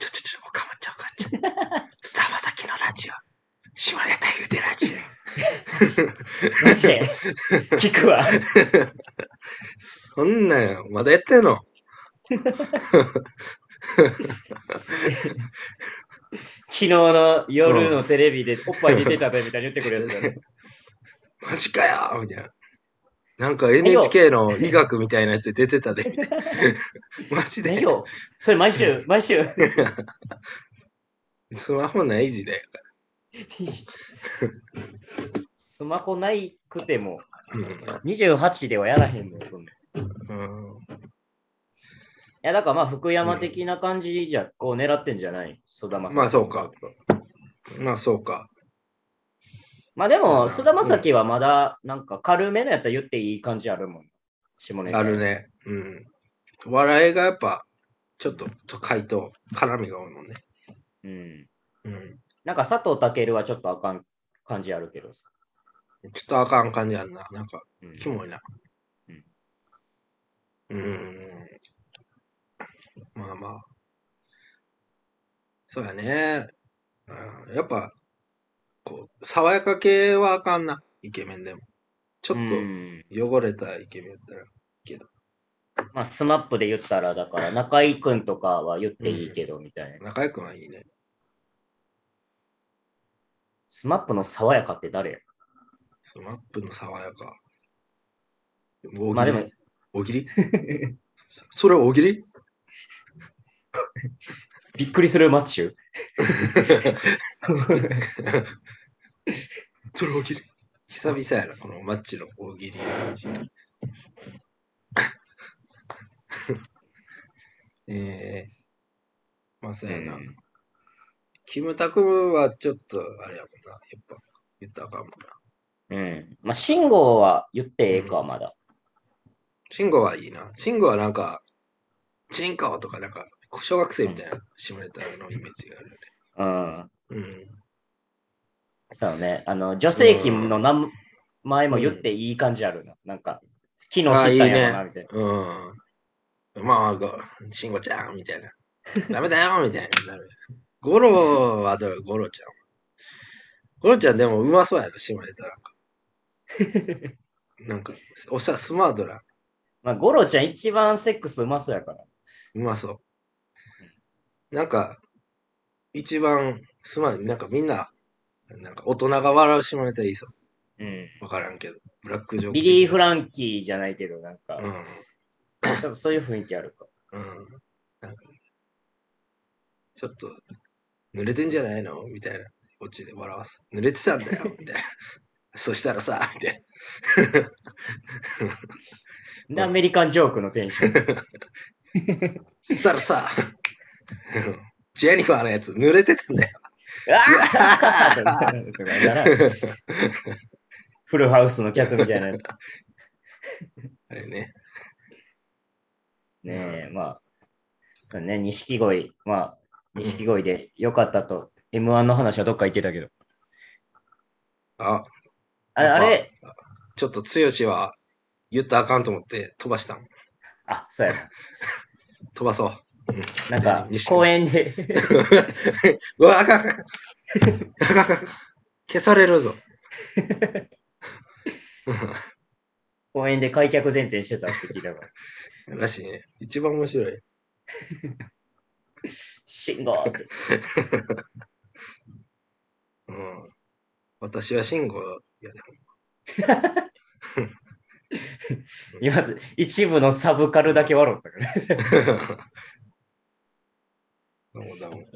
[SPEAKER 3] ちょ、おかまっちゃう、おかまっちゃう。スタバ先のラジオ。下ネタ言うてラジオ。
[SPEAKER 4] マジで聞くわ。
[SPEAKER 3] そんなんや、まだやってんの
[SPEAKER 4] 昨日の夜のテレビでおっぱい出てたべみたいに言ってくるやつだ ね。
[SPEAKER 3] マジかよみたいな。なんか NHK の医学みたいなやつで出てたで、みたいなマジ
[SPEAKER 4] ね
[SPEAKER 3] で。
[SPEAKER 4] よ。それ毎週、毎週。
[SPEAKER 3] スマホない時代やか
[SPEAKER 4] スマホないくても、
[SPEAKER 3] ら。
[SPEAKER 4] 28ではやらへんのよ、そんなんい
[SPEAKER 3] うん。うん
[SPEAKER 4] や、だからまあ、福山的な感じじゃ、こう狙ってんじゃない須田ま
[SPEAKER 3] まあそうか。まあそうか。
[SPEAKER 4] まあで
[SPEAKER 3] うん
[SPEAKER 4] も、菅田将暉はまだ、なんか軽めのやったら言っていい感じあるもん。下ネタ
[SPEAKER 3] あるね。うん。笑いがやっぱ、ちょっと都会と絡みが多いもんね。
[SPEAKER 4] うん。
[SPEAKER 3] うん。
[SPEAKER 4] なんか佐藤健はちょっとあかん感じあるけどさ。
[SPEAKER 3] ちょっとあかん感じあんな。なんか、
[SPEAKER 4] うん
[SPEAKER 3] キモいな。
[SPEAKER 4] うん
[SPEAKER 3] うーん。まあまあ。そうやね。うんやっぱ、こう、爽やか系はあかんな。イケメンでも。ちょっ
[SPEAKER 4] うん
[SPEAKER 3] と汚れたイケメンやったら。
[SPEAKER 4] まあ、スマップで言ったら、だから、中井くんとかは言っていいけど、みたいな。
[SPEAKER 3] 中居君はいいね。
[SPEAKER 4] スマップの爽やかって誰や
[SPEAKER 3] スマップの爽やか。大
[SPEAKER 4] まあ
[SPEAKER 3] 喜
[SPEAKER 4] で
[SPEAKER 3] 利、
[SPEAKER 4] も、
[SPEAKER 3] 大喜利 そそれ大喜利
[SPEAKER 4] びっくりするマッチュ
[SPEAKER 3] それ大喜利久々やな、このマッチの大喜利の感じ。 えー、まあそうやな。
[SPEAKER 4] うん
[SPEAKER 3] キムタクはちょっとあれやもんな。やっぱ言ったらあかんもんな。
[SPEAKER 4] うん。まあ、慎吾は言ってええか、
[SPEAKER 3] うん
[SPEAKER 4] まだ。
[SPEAKER 3] シンゴはいいな。シンゴはなんか、チンコとかなんか、小学生みたいな下ネタのイメージがあるよ
[SPEAKER 4] うん。
[SPEAKER 3] ね。
[SPEAKER 4] そうね。あの、女性器の名前も言っていい感じあるな。なんか、機能知ったんやろな、みたいな。
[SPEAKER 3] うん。うん。まあ、ごシンゴちゃんみたいな。ダメだよみたいになる。ゴロはどうゴロちゃん。ゴロちゃんでもうまそうやな、下ネタなんか。なんか、おしゃ、スマートな。
[SPEAKER 4] まあ、ゴロちゃん一番セックスうまそうやから。
[SPEAKER 3] うまそう。なんか、一番、すまん、なんかみんな、なんか大人が笑う下ネタいいそう。
[SPEAKER 4] うん。
[SPEAKER 3] わからんけど。ブラックジョーク。
[SPEAKER 4] ビリー・フランキーじゃないけど、なんか、
[SPEAKER 3] うん。
[SPEAKER 4] ちょっとそういう雰囲気あるか。
[SPEAKER 3] うん。なんか、ちょっと、濡れてんじゃないのみたいな。オチで笑わす。濡れてたんだよ。みたいな。そしたらさ、みたい
[SPEAKER 4] で、アメリカンジョークのテン ション。
[SPEAKER 3] な。そしたらさ、うんジェニファーのやつ、濡れてたんだよ。
[SPEAKER 4] あーとかや らんフルハウスの客みたい なやつ。
[SPEAKER 3] あれね。
[SPEAKER 4] ねえ、まあ、ね、錦鯉、まあ、錦鯉でよかったと、M1 の話はどっか行ってたけど。
[SPEAKER 3] あ、
[SPEAKER 4] あれ、
[SPEAKER 3] やっ
[SPEAKER 4] あ
[SPEAKER 3] ぱ
[SPEAKER 4] れ
[SPEAKER 3] ちょっと剛は言ったらあかんと思って飛ばしたん。
[SPEAKER 4] あ、そうや
[SPEAKER 3] 飛ばそう。
[SPEAKER 4] な。なんか
[SPEAKER 3] 錦、鯉
[SPEAKER 4] 公園で、
[SPEAKER 3] うわ、あかんあかんあかん。あかんあかんあかん消されるぞ。
[SPEAKER 4] 公園で開脚前転してたって聞いたから。
[SPEAKER 3] らしいね。一番面白い。
[SPEAKER 4] 信号って。
[SPEAKER 3] うん。私は慎吾やね。
[SPEAKER 4] 今、一部のサブカルだけ笑ったから。
[SPEAKER 3] どうもどうも。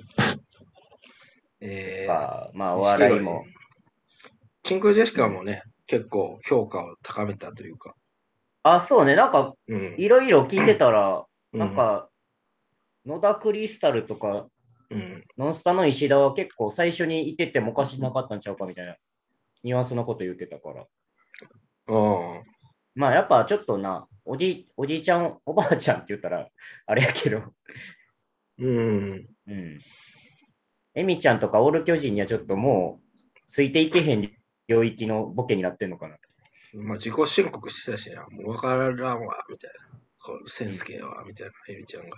[SPEAKER 3] えー、
[SPEAKER 4] まあ、まあ、お笑いも。
[SPEAKER 3] 真空ジェシカもね、結構評価を高めたというか。
[SPEAKER 4] あ、そうね。なんか、
[SPEAKER 3] うん。
[SPEAKER 4] いろいろ聞いてたら、
[SPEAKER 3] う
[SPEAKER 4] なん、か、野田クリスタルとか、
[SPEAKER 3] うん。
[SPEAKER 4] ノンスタの石田は結構最初にいててもおかしなかったんちゃうかみたいなニュアンスのこと言ってたから。
[SPEAKER 3] あ
[SPEAKER 4] まあやっぱちょっとな、おじおじいちゃん、おばあちゃんって言ったらあれやけど、
[SPEAKER 3] うん。
[SPEAKER 4] うん。エミちゃんとかオール巨人にはちょっともうついていけへん領域のボケになってんのかな。
[SPEAKER 3] まあ、自己申告してたしな、もう分からんわ、みたいな。こう、センス系は、みたいな、エミちゃんが。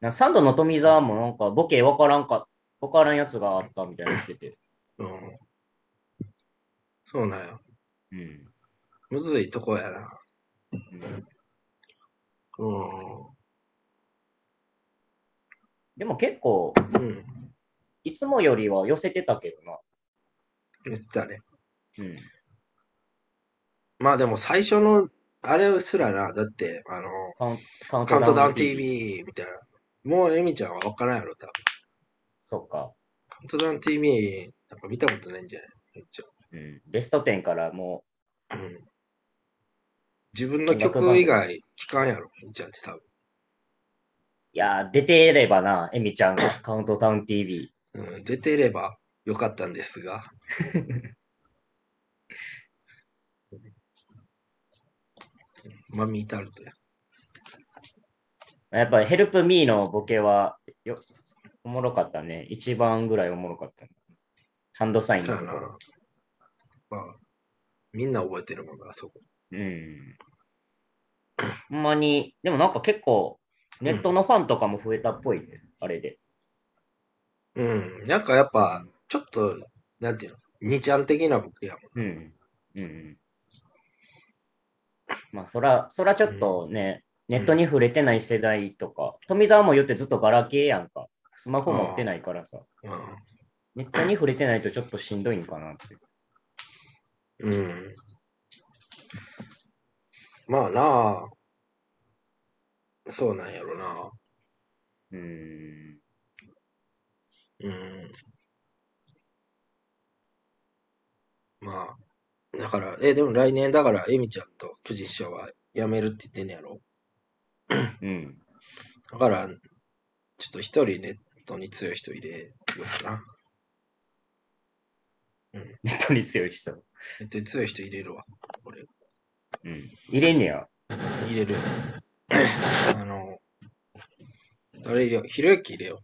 [SPEAKER 4] なんかサンドの富澤もなんかボケわからんか、わからんやつがあったみたいな言ってて。
[SPEAKER 3] うん。そうなんや。
[SPEAKER 4] うん。
[SPEAKER 3] むずいとこやな。
[SPEAKER 4] うん
[SPEAKER 3] う
[SPEAKER 4] でも結構、
[SPEAKER 3] ん。うん。
[SPEAKER 4] いつもよりは寄せてたけどな。
[SPEAKER 3] 言ってたね。
[SPEAKER 4] うん。
[SPEAKER 3] まあでも最初の、あれすらな、だって、あの、
[SPEAKER 4] カウンカウン
[SPEAKER 3] カウントダウン
[SPEAKER 4] TV。
[SPEAKER 3] TV みたいな。もうエミちゃんは分からんやろ、多分。
[SPEAKER 4] そっか。
[SPEAKER 3] カウントダウン TV、なんか見たことないんじゃないめっち
[SPEAKER 4] うん。ベスト10からも
[SPEAKER 3] ゃ。うん。自分の曲以外聞かんやろ、エミちゃんって多分。
[SPEAKER 4] う、いやー、出てればな、エミ ちゃんがカウントダウン TV。
[SPEAKER 3] うん、出てればよかったんです が。マミータルトや。
[SPEAKER 4] やっぱヘルプミーのボケはよ、おもろかったね。一番ぐらいおもろかった。ハンドサイン
[SPEAKER 3] だ
[SPEAKER 4] の
[SPEAKER 3] よな。まあ、みんな覚えてるもんな、あそこ。
[SPEAKER 4] うん。ほんまに、でもなんか結構、ネットのファンとかも増えたっぽいね、あれで。
[SPEAKER 3] うん。なんかやっぱ、ちょっと、なんていうの、二ちゃん的な僕やもん。
[SPEAKER 4] うん。うん。まあ、そら、そらちょっとね、ネットに触れてない世代とか、富澤も言ってずっとガラケーやんか。スマホ持ってないからさ、ネットに触れてないとちょっとしんどいんかなって。
[SPEAKER 3] うん。うん。まあなあ、そうなんやろな。
[SPEAKER 4] うん。
[SPEAKER 3] うん。まあ、だから、え、でも来年、だから、エミちゃんと巨人師匠は辞めるって言ってんねやろ。
[SPEAKER 4] うん。
[SPEAKER 3] だから、ちょっと一人ネットに強い人入れようかな。
[SPEAKER 4] ネットに強い人。
[SPEAKER 3] ネットに強い人入れるわ。俺、
[SPEAKER 4] うん。入れんねや。
[SPEAKER 3] 入れる。あの、誰入れよう。ひろゆき入れよ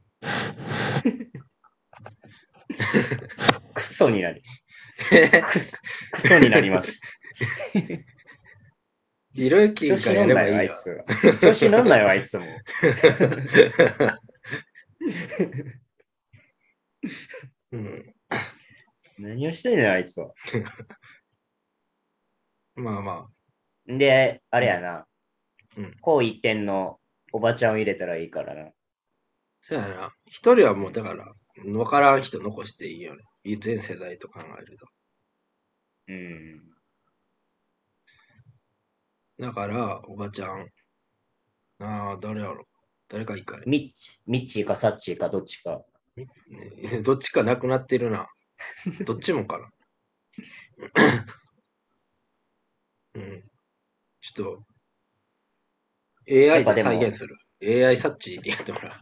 [SPEAKER 4] クソになり。 クソ、クソになります。
[SPEAKER 3] う。ひろゆき
[SPEAKER 4] 調
[SPEAKER 3] が
[SPEAKER 4] 子
[SPEAKER 3] や
[SPEAKER 4] 乗ん
[SPEAKER 3] れ
[SPEAKER 4] な
[SPEAKER 3] ばい
[SPEAKER 4] よ、あ
[SPEAKER 3] い
[SPEAKER 4] い
[SPEAKER 3] よ。
[SPEAKER 4] つは。調子乗んなよ、あいつも。
[SPEAKER 3] うん。
[SPEAKER 4] 何をしてんねん、あいつは。
[SPEAKER 3] まあま
[SPEAKER 4] で、あれやな
[SPEAKER 3] うん。
[SPEAKER 4] こう一点のおばちゃんを入れたらいいからな。
[SPEAKER 3] そうやな。一人はもう、だから、わからん人残していいよね。全世代と考えると。
[SPEAKER 4] うん。
[SPEAKER 3] だから、おばちゃん。ああ、誰やろ。誰かいいかね。
[SPEAKER 4] ミッチ、ミッチーかサッチーかどっちか。
[SPEAKER 3] ね どっちかなくなってるな。どっちもかな。うん。ちょっと、AI で再現する。AI サッチでやってもら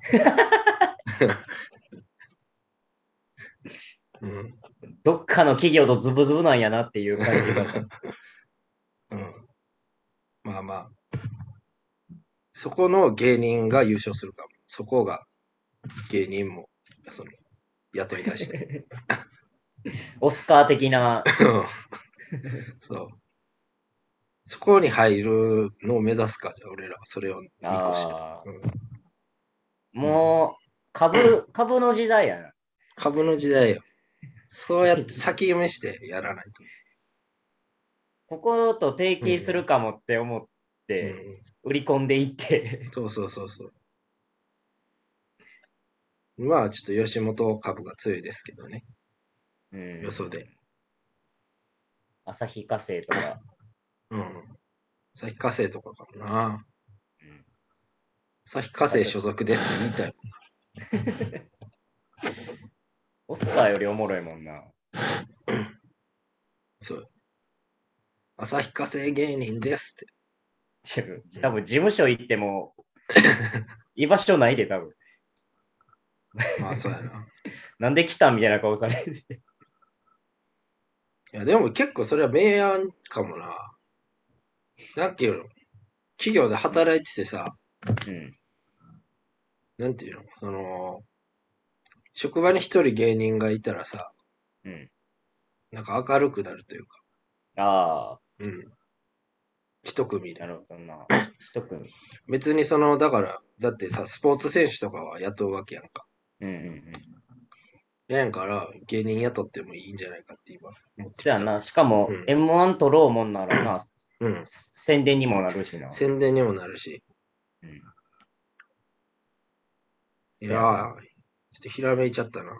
[SPEAKER 3] う。うん。
[SPEAKER 4] どっかの企業とズブズブなんやなっていう感じが し
[SPEAKER 3] う
[SPEAKER 4] た。
[SPEAKER 3] ん。まあまあ。そこの芸人が優勝するかも。そこが芸人も、その、雇い出して。
[SPEAKER 4] オスカー的
[SPEAKER 3] うん
[SPEAKER 4] な。
[SPEAKER 3] そう。そこに入るのを目指すか、じゃあ俺らはそれを見越して。
[SPEAKER 4] あー
[SPEAKER 3] うん
[SPEAKER 4] もう、株、株の時代やな。
[SPEAKER 3] 株の時代よ。そうや って先読みしてやらないと。
[SPEAKER 4] ここと提携するかもって思って、売り込んでいって
[SPEAKER 3] うん、そうそうそうそう。まあちょっと吉本株が強いですけどね、
[SPEAKER 4] うん
[SPEAKER 3] 予想で。
[SPEAKER 4] 朝日化成とか。
[SPEAKER 3] うん。旭化成とかかもな。
[SPEAKER 4] うん
[SPEAKER 3] 旭化成所属ですって言いたい。
[SPEAKER 4] オスカーよりおもろいもんな。
[SPEAKER 3] そう。旭化成芸人ですって。
[SPEAKER 4] 自分多分事務所行っても、居場所ないで、多分。
[SPEAKER 3] まあそうやな。
[SPEAKER 4] なんで来たみたいな顔されて。
[SPEAKER 3] いや、でも結構それは明暗かもな。なんていうの企業で働いててさ、
[SPEAKER 4] うん。
[SPEAKER 3] なんていうのその、職場に一人芸人がいたらさ、
[SPEAKER 4] うん。
[SPEAKER 3] なんか明るくなるというか、
[SPEAKER 4] ああ、
[SPEAKER 3] うん。一組で
[SPEAKER 4] な。るほどな。一組。
[SPEAKER 3] 別にその、だから、だってさ、スポーツ選手とかは雇うわけやんか。
[SPEAKER 4] うんうん
[SPEAKER 3] やんから芸人雇ってもいいんじゃないかって今思ってき
[SPEAKER 4] そや
[SPEAKER 3] た。
[SPEAKER 4] な、しかも
[SPEAKER 3] うん
[SPEAKER 4] M1 取ろうもんならな、
[SPEAKER 3] うん。
[SPEAKER 4] 宣伝にもなるしな。
[SPEAKER 3] 宣伝にもなるし。い
[SPEAKER 4] せ
[SPEAKER 3] やー、ち
[SPEAKER 4] や
[SPEAKER 3] ょっとひらめいちゃったな。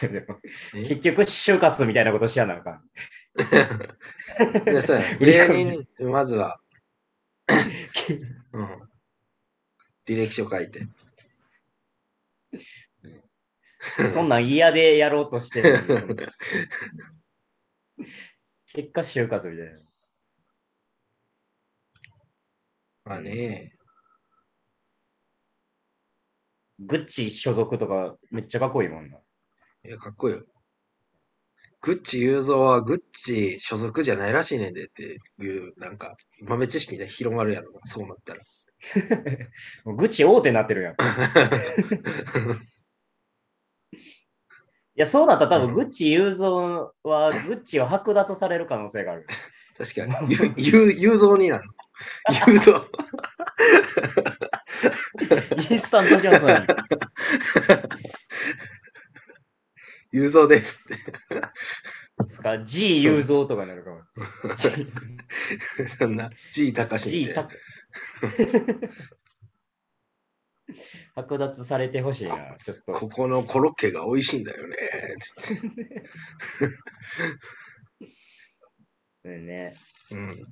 [SPEAKER 4] けどでも
[SPEAKER 3] え
[SPEAKER 4] 結局、就活みたいなことしやなあかん。
[SPEAKER 3] でそうや
[SPEAKER 4] 売り込
[SPEAKER 3] 芸
[SPEAKER 4] み
[SPEAKER 3] 人に、まず は、うん、履歴書書いて。
[SPEAKER 4] そんなん嫌でやろうとしてるのに。その結果、就活みたいな。
[SPEAKER 3] まあね、
[SPEAKER 4] グッチ所属とかめっちゃかっこいいもんな。
[SPEAKER 3] いやかっこいいよ。グッチ雄三はグッチ所属じゃないらしいねんでっていう、なんか、豆知識で広まるやろな、そうなったら。
[SPEAKER 4] もうグッチ大手になってるやん。いや、そうなったら多分、グッチ雄三はグッチを剥奪される可能性がある。
[SPEAKER 3] 確かに、ゆゆ雄三になるの。雄三。
[SPEAKER 4] インスタントジャンソンに。
[SPEAKER 3] 雄三ですっ
[SPEAKER 4] ですか G 雄三とかになるかも。
[SPEAKER 3] て。そんな、G 高し
[SPEAKER 4] G
[SPEAKER 3] みたい
[SPEAKER 4] た
[SPEAKER 3] な。。
[SPEAKER 4] 剥奪されてほしいな、ちょっと。
[SPEAKER 3] ここのコロッケが美味しいんだよね。つって
[SPEAKER 4] うんね。
[SPEAKER 3] うん。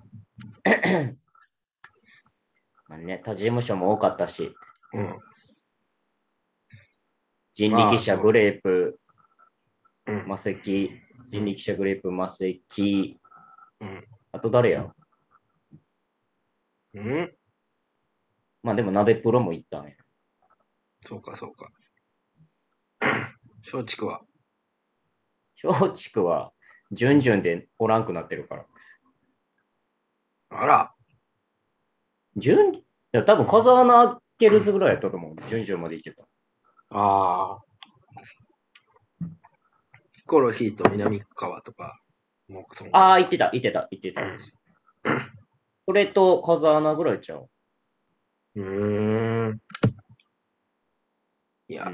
[SPEAKER 4] まあね、他事務所も多かったし、
[SPEAKER 3] うん。
[SPEAKER 4] 人力車、
[SPEAKER 3] まあ
[SPEAKER 4] グレープ、
[SPEAKER 3] うん。
[SPEAKER 4] マセキ、人力車、グレープ、マセキ、
[SPEAKER 3] うん。
[SPEAKER 4] あと誰や
[SPEAKER 3] うん。
[SPEAKER 4] まあでも、鍋プロも行ったね。
[SPEAKER 3] そうか、そうか。 松竹は。
[SPEAKER 4] 松竹は、順々でおらんくなってるから。
[SPEAKER 3] あら、
[SPEAKER 4] 順、いや、多分、風穴開けるずぐらいやったと思う。順々まで行けた。
[SPEAKER 3] ああ。ヒコロヒーと南川とか、もうその
[SPEAKER 4] ああ、行ってた、行ってた、行ってた
[SPEAKER 3] うん。
[SPEAKER 4] それと、風穴ぐらいちゃう。
[SPEAKER 3] うーん。いや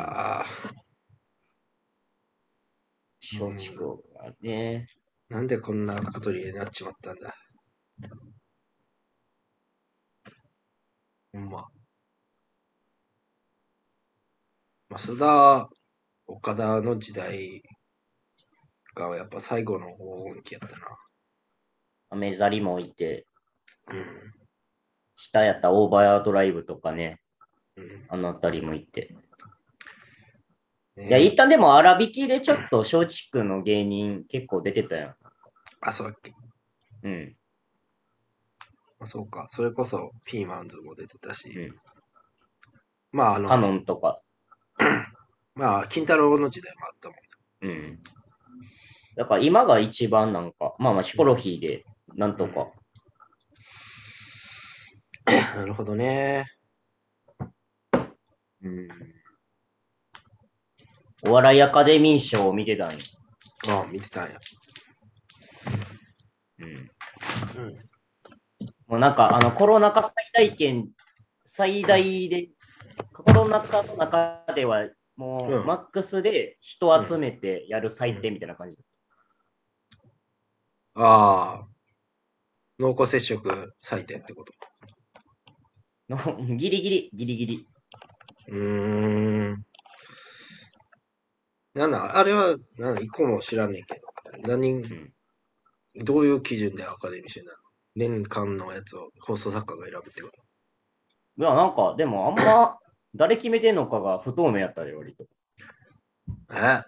[SPEAKER 3] ー、
[SPEAKER 4] 松竹はね。
[SPEAKER 3] なんでこんなことになっちまったんだ。ほんま。増田、岡田の時代がやっぱ最後の黄金期やったな。
[SPEAKER 4] 雨ざりもいて、
[SPEAKER 3] うん
[SPEAKER 4] 下やったオーバードライブとかね、
[SPEAKER 3] うん
[SPEAKER 4] あのあたりも行って。
[SPEAKER 3] ね
[SPEAKER 4] いや、一旦でも荒引きでちょっと松竹の芸人結構出てたや
[SPEAKER 3] あ、そうだっけ。
[SPEAKER 4] ん。うん。
[SPEAKER 3] あそうか。それこそピーマンズも出てたし。
[SPEAKER 4] うん
[SPEAKER 3] まあ、あ
[SPEAKER 4] カノ
[SPEAKER 3] の、
[SPEAKER 4] ンとか。
[SPEAKER 3] まあ、金太郎の時代もあったもん。
[SPEAKER 4] うん。だから今が一番なんか、まあまあヒコロヒーでなんとか。
[SPEAKER 3] なるほどね。
[SPEAKER 4] うん。お笑いアカデミー賞を見てたんよ。
[SPEAKER 3] ああ、見てたんや。
[SPEAKER 4] うん。
[SPEAKER 3] うん。
[SPEAKER 4] もうなんかあのコロナ禍最大限、最大で、コロナ禍の中ではも
[SPEAKER 3] う
[SPEAKER 4] うんマックスで人集めてやる最低みたいな感じ。
[SPEAKER 3] ああ。濃厚接触採点ってこと。
[SPEAKER 4] のギリギリ、ギリギリ。
[SPEAKER 3] うーん。なんだ、あれは、なんだ、一個も知らんねんけど。何、
[SPEAKER 4] ん
[SPEAKER 3] どういう基準でアカデミー賞になるの年間のやつを放送作家が選ぶってこと。
[SPEAKER 4] いや、なんか、でもあんま、 誰決めてんのかが不透明やったで、割と。
[SPEAKER 3] え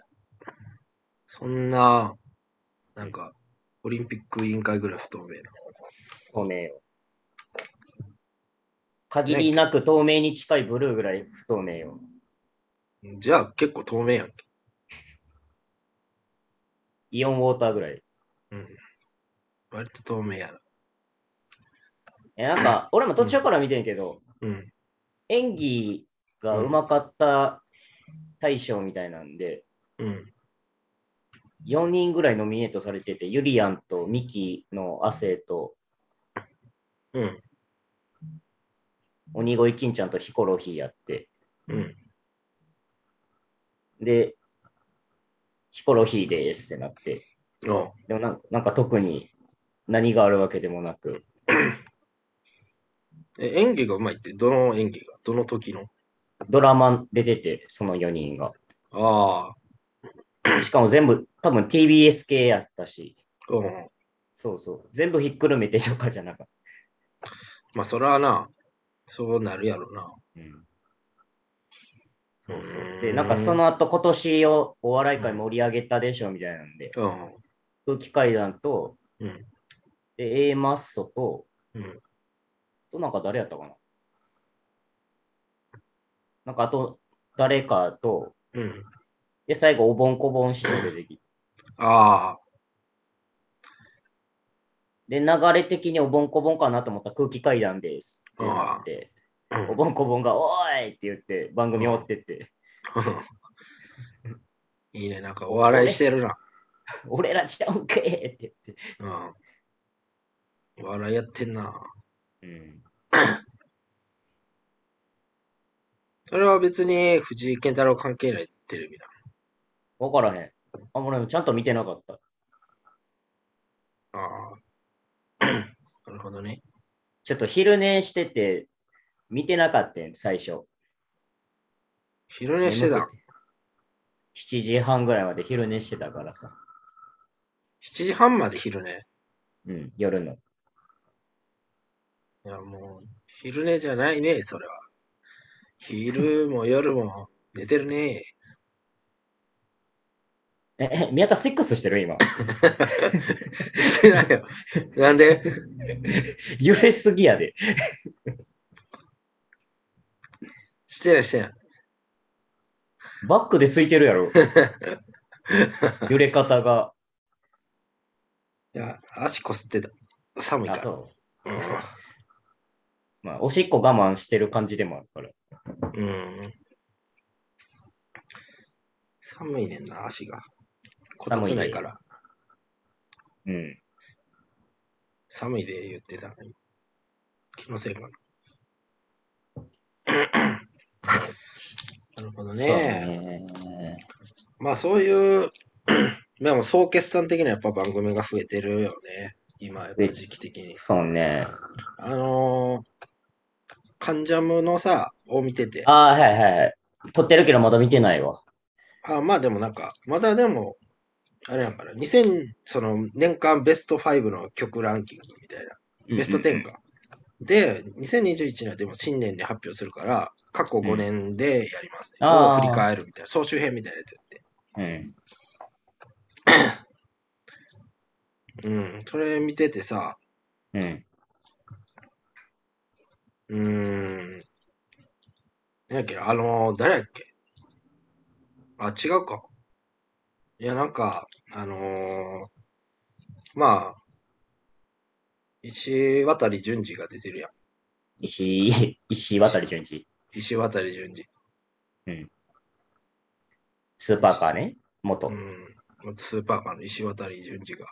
[SPEAKER 3] そんな、なんか、オリンピック委員会ぐらい不透明な。
[SPEAKER 4] 透明よ。限りなく透明に近いブルーぐらい不透明よ。
[SPEAKER 3] じゃあ結構透明やんけ。
[SPEAKER 4] イオンウォーターぐらい。
[SPEAKER 3] うん。割と透明やな。
[SPEAKER 4] え、なんか、俺も途中から見てんけど、
[SPEAKER 3] うん。
[SPEAKER 4] 演技がうまかった大賞みたいなんで、
[SPEAKER 3] うん。
[SPEAKER 4] 4人ぐらいノミネートされてて、ユリアンとミキの亜生と、
[SPEAKER 3] うん。
[SPEAKER 4] 鬼越金ちゃんとヒコロヒーやって、
[SPEAKER 3] うん。
[SPEAKER 4] で、ヒコロヒーですってなって、
[SPEAKER 3] あ
[SPEAKER 4] でもなんかなんか特に何があるわけでもなく、
[SPEAKER 3] え演技がうまいって、どの演技がどの時の
[SPEAKER 4] ドラマで出て、その4人が。
[SPEAKER 3] ああ、
[SPEAKER 4] しかも全部、多分 TBS 系やったし、
[SPEAKER 3] うん。
[SPEAKER 4] そうそう、全部ひっくるめてとかじゃなかっ
[SPEAKER 3] まあ、それはな、そうなるやろな。
[SPEAKER 4] た。うんそうそう。で、なんかその後、今年をお笑い界盛り上げたでしょみたいなんで、
[SPEAKER 3] うん。
[SPEAKER 4] 空気階段と、
[SPEAKER 3] うん。
[SPEAKER 4] で、A マッソと、
[SPEAKER 3] うん
[SPEAKER 4] と、なんか誰やったかななんかあと、誰かと、
[SPEAKER 3] うん。
[SPEAKER 4] で、最後、おぼんこぼん師匠出てきて、
[SPEAKER 3] ああ、
[SPEAKER 4] で、流れ的におぼんこぼんかなと思ったら空気階段ですってなって、
[SPEAKER 3] うん
[SPEAKER 4] おぼんこぼんが、おーいって言って、番組終わってって、
[SPEAKER 3] いいね、なんかお笑いしてるな。
[SPEAKER 4] 俺らちゃうんけーって言って、
[SPEAKER 3] うん。お笑いやってんな。
[SPEAKER 4] うん、
[SPEAKER 3] それは別に藤井健太郎関係ないテレビだ。
[SPEAKER 4] わからへん。あ、俺もちゃんと見てなかった。
[SPEAKER 3] ああ。 なるほどね。
[SPEAKER 4] ちょっと昼寝してて、見てなかったん、最初。
[SPEAKER 3] 昼寝してた
[SPEAKER 4] 眠く。て7時半ぐらいまで昼寝してたからさ。
[SPEAKER 3] 7時半まで昼寝。
[SPEAKER 4] うん、夜の。
[SPEAKER 3] いや、もう、昼寝じゃないね、それは。昼も夜も寝てるね。
[SPEAKER 4] え、え宮田セックスしてる今。
[SPEAKER 3] してないよ。なんで
[SPEAKER 4] 揺れすぎやで。
[SPEAKER 3] してない、してない。
[SPEAKER 4] バックでついてるや ろ。揺れ方が。
[SPEAKER 3] いや、足こすってた。寒いか
[SPEAKER 4] あ、
[SPEAKER 3] ら。
[SPEAKER 4] そう。
[SPEAKER 3] うん
[SPEAKER 4] まあ、おしっこ我慢してる感じでもあるから。
[SPEAKER 3] うん。寒いねんな、足が。こた
[SPEAKER 4] 寒
[SPEAKER 3] つ
[SPEAKER 4] いね
[SPEAKER 3] ないから。
[SPEAKER 4] うん。
[SPEAKER 3] 寒いで言ってたのに。気のせい かな。なるほどね。
[SPEAKER 4] そうね
[SPEAKER 3] まあそういう、 でも総決算的なやっぱ番組が増えてるよね。今、やっぱ時期的に。
[SPEAKER 4] そうね。
[SPEAKER 3] あのー、カンジャムのさ、を見てて。
[SPEAKER 4] ああ、はいはいはい。撮ってるけどまだ見てないわ。
[SPEAKER 3] あまあでもなんか、まだでも、あれなんかな、2000、その年間ベスト5の曲ランキングみたいな、ベスト10か。で、2021年はでも新年に発表するから、過去5年でやります、ね。
[SPEAKER 4] うんあー
[SPEAKER 3] を振り返るみたいな、総集編みたいなやつやって。
[SPEAKER 4] うん。うん。
[SPEAKER 3] うん、それ見ててさ、
[SPEAKER 4] うん。
[SPEAKER 3] うーん。なんやっけな、あのー誰やっけあ、違うか。いや、なんか、あのーまあ、石渡淳二が出てるやん。
[SPEAKER 4] 石井、石井渡淳二。
[SPEAKER 3] 石渡淳二。
[SPEAKER 4] スーパーカーね。元
[SPEAKER 3] う。ん。あとスーパーカーの石渡淳二が。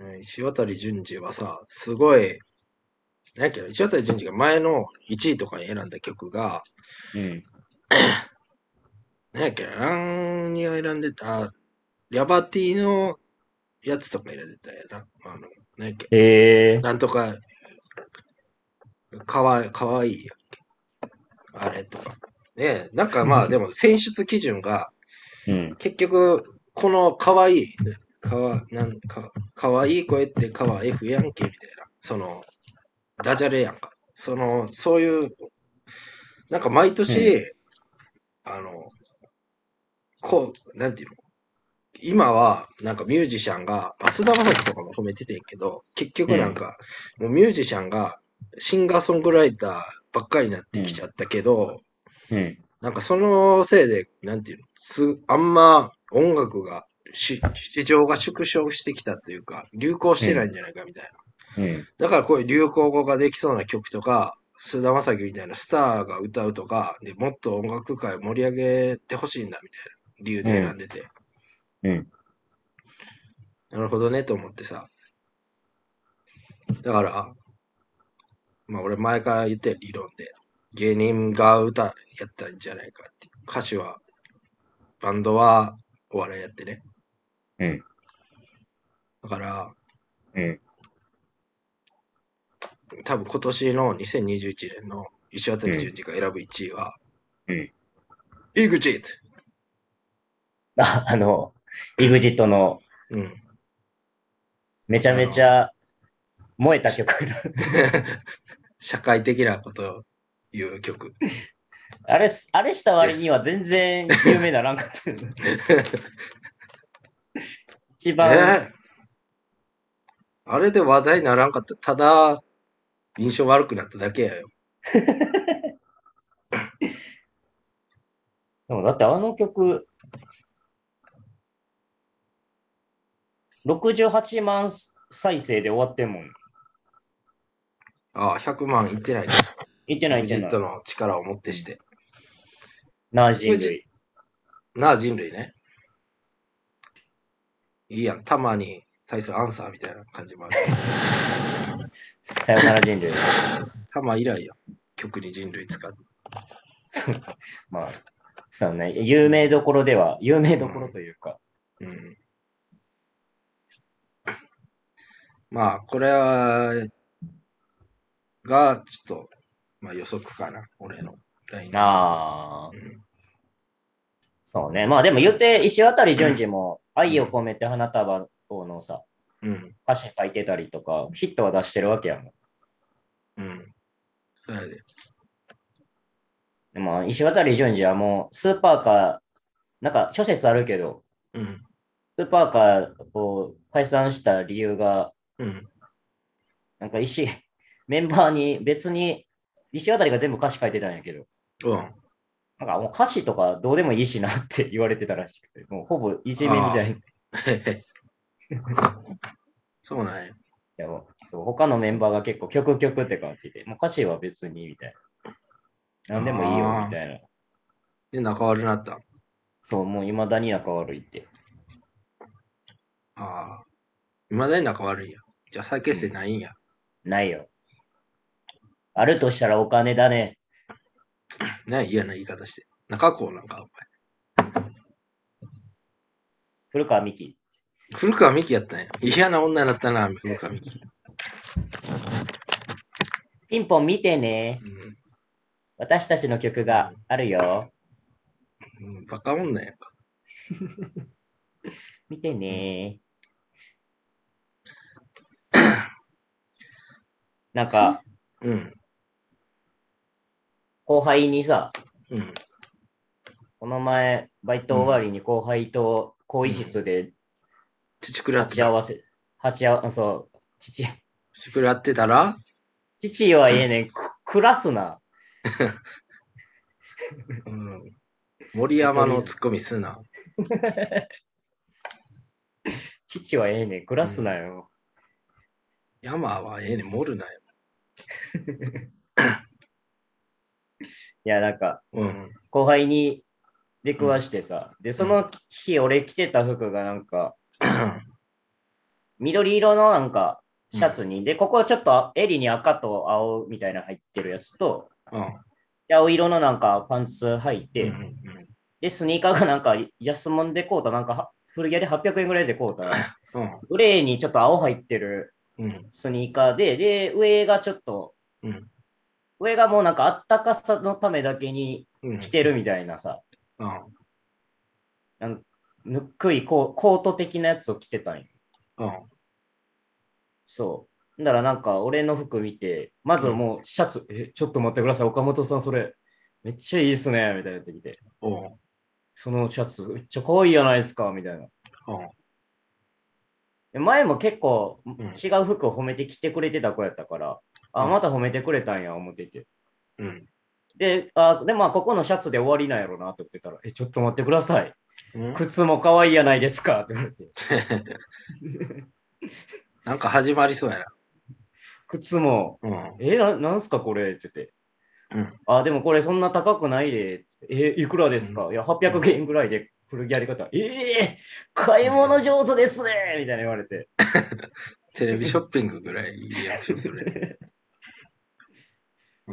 [SPEAKER 3] うん、石渡淳二はさ、すごい、なんやっけな、石渡淳二が前の1位とかに選んだ曲が、
[SPEAKER 4] うん。
[SPEAKER 3] 何やっけな、何を選んでた、あリャバティのやつとか選んでたやな。あの、何やっけ、
[SPEAKER 4] ええ
[SPEAKER 3] なんとか、かわいかわいいやっけ。あれとか。ねえ、なんかまあでも選出基準が、
[SPEAKER 4] うん。
[SPEAKER 3] 結局、このかわいい、かわ、なんか、かわいい声ってかわ F やんけ、みたいな。その、ダジャレやんか。その、そういう、なんか毎年、あの、こう、なんていうの今は、なんかミュージシャンが、あ菅田将暉とかも褒めててんけど、結局なんか、もうミュージシャンが、シンガーソングライターばっかりになってきちゃったけど、
[SPEAKER 4] うん。
[SPEAKER 3] なんかそのせいで、なんていうの、すあんま音楽が、し市場が縮小してきたというか、流行してないんじゃないかみたいな。
[SPEAKER 4] うん。
[SPEAKER 3] だからこういう流行語ができそうな曲とか、菅田将暉みたいなスターが歌うとか、でもっと音楽界を盛り上げてほしいんだみたいな理由で選んでて。
[SPEAKER 4] うんうん
[SPEAKER 3] なるほどねと思ってさ。だから、まあ俺前から言ったよ理論で、芸人が歌やったんじゃないかって。歌詞は、バンドはお笑いやってね。
[SPEAKER 4] うん。
[SPEAKER 3] だから、
[SPEAKER 4] うん。
[SPEAKER 3] 多分今年の2021年の石渡淳二が選ぶ1位は、
[SPEAKER 4] うん。
[SPEAKER 3] イグジット
[SPEAKER 4] ああの、EXIT の
[SPEAKER 3] うん。
[SPEAKER 4] めちゃめちゃ燃えた曲。
[SPEAKER 3] 社会的なことを言う曲。
[SPEAKER 4] あれ、あれした割には全然有名ならん かったよね。一番、
[SPEAKER 3] ねえあれで話題にならんかった。ただ、印象悪くなっただけやよ。
[SPEAKER 4] でもだってあの曲、68万再生で終わってんもん。
[SPEAKER 3] ああ、100万いってないね。
[SPEAKER 4] いってないいって
[SPEAKER 3] ジ
[SPEAKER 4] な
[SPEAKER 3] ッ
[SPEAKER 4] い
[SPEAKER 3] ト。の力をもってして。
[SPEAKER 4] なあ人類。
[SPEAKER 3] なあ、人類ね。いいやん。たまに対するアンサーみたいな感じもある。
[SPEAKER 4] さよなら人類。
[SPEAKER 3] たま以来やん。曲に人類使う。
[SPEAKER 4] そうまあ、そうね、有名どころでは、有名どころというか、
[SPEAKER 3] うん。まあ、これは、が、ちょっと、まあ予測かな。俺のラインナップ
[SPEAKER 4] ああ、
[SPEAKER 3] うん
[SPEAKER 4] そうね、まあでも言うて、石渡淳二も、愛を込めて花束をのさ、
[SPEAKER 3] うん。
[SPEAKER 4] 歌詞書いてたりとか、ヒットは出してるわけやもん。
[SPEAKER 3] うん。そうやで。
[SPEAKER 4] でも、石渡淳二はもう、スーパーか、なんか諸説あるけど、
[SPEAKER 3] うん。
[SPEAKER 4] スーパーカーを解散した理由が、
[SPEAKER 3] うん。
[SPEAKER 4] なんか石、 メンバーに別に、石渡が全部歌詞書いてたんやけど、
[SPEAKER 3] うん。
[SPEAKER 4] なんかもう歌詞とかどうでもいいしなって言われてたらしくて、もうほぼいじめみたいな。い
[SPEAKER 3] そうなんや。
[SPEAKER 4] やもうそう他のメンバーが結構曲曲って感じで、もう歌詞は別にみたいな。なんでもいいよみたいな。
[SPEAKER 3] で、仲悪なったん。
[SPEAKER 4] そう、もう未だに仲悪いって。
[SPEAKER 3] ああ。いまだに仲悪いんや。じゃあ再結成ないんや。
[SPEAKER 4] ないよ。あるとしたらお金だね。
[SPEAKER 3] ね嫌な言い方して。中高なんか、お前。
[SPEAKER 4] 古川美樹。
[SPEAKER 3] 古川美樹やったんや。嫌な女になったな、古川美樹。
[SPEAKER 4] ピンポン見てね。
[SPEAKER 3] うん
[SPEAKER 4] 私たちの曲があるよ。
[SPEAKER 3] うん。バカ女やんか。
[SPEAKER 4] 見てね。 なんか、
[SPEAKER 3] うん。
[SPEAKER 4] 後輩にさ、
[SPEAKER 3] うん。
[SPEAKER 4] この前、バイト終わりに後輩と更衣室で
[SPEAKER 3] 父くらっ
[SPEAKER 4] 立
[SPEAKER 3] て
[SPEAKER 4] ち
[SPEAKER 3] た
[SPEAKER 4] 合。わせ、立ち合わせ、そう、父、
[SPEAKER 3] 父くらってたら
[SPEAKER 4] 父はええねん、く暮らすな。
[SPEAKER 3] うん。森山のツッコミすな。
[SPEAKER 4] 父はええねん、暮らすなよ。
[SPEAKER 3] 山はええねん、盛るなよ。
[SPEAKER 4] いや、なんか、
[SPEAKER 3] うん。
[SPEAKER 4] 後輩に出くわしてさ、で、その日、俺着てた服がなんか、緑色のなんか、シャツに、で、ここちょっと襟に赤と青みたいな入ってるやつと、
[SPEAKER 3] うん。
[SPEAKER 4] で青色のなんかパンツ履いて、
[SPEAKER 3] うんうん
[SPEAKER 4] で、スニーカーがなんか安物でこうた、なんかは古着屋で800円ぐらいでこうた。
[SPEAKER 3] うん。
[SPEAKER 4] グレーにちょっと青入ってる
[SPEAKER 3] うん。
[SPEAKER 4] スニーカーで、で、上がちょっと、
[SPEAKER 3] うん
[SPEAKER 4] 上がもうなんかあったかさのためだけに
[SPEAKER 3] うん。
[SPEAKER 4] 着てるみたいなさ、
[SPEAKER 3] うん。
[SPEAKER 4] なんぬっくいコーコート的なやつを着てたんよ。
[SPEAKER 3] うん。
[SPEAKER 4] そう。だからなんか俺の服見て、まずもうシャツ、え、ちょっと待ってください、岡本さんそれ、めっちゃいいっすね、みたいなやってきて、
[SPEAKER 3] おう
[SPEAKER 4] そのシャツ、めっちゃ可愛いじゃないですか、みたいな。
[SPEAKER 3] おう
[SPEAKER 4] で前も結構
[SPEAKER 3] ん
[SPEAKER 4] 違う服を褒めてきてくれてた子やったから、あ、
[SPEAKER 3] うん
[SPEAKER 4] また褒めてくれたんや、思ってて。
[SPEAKER 3] うん。
[SPEAKER 4] で、あで、まあ、ここのシャツで終わりなんやろなって思ってたら、え、ちょっと待ってください。
[SPEAKER 3] うん
[SPEAKER 4] 靴も可愛いやないですかって言われて、
[SPEAKER 3] なんか始まりそうやな。
[SPEAKER 4] 靴も、
[SPEAKER 3] うん。
[SPEAKER 4] え、ななんすかこれって言って。
[SPEAKER 3] うん
[SPEAKER 4] あ、でもこれそんな高くないで。ってえ、いくらですか、いや、800円ぐらいで古着やり方。ええ買い物上手ですねみたいな言われて。
[SPEAKER 3] テレビショッピングぐらいいいリアクションするね。う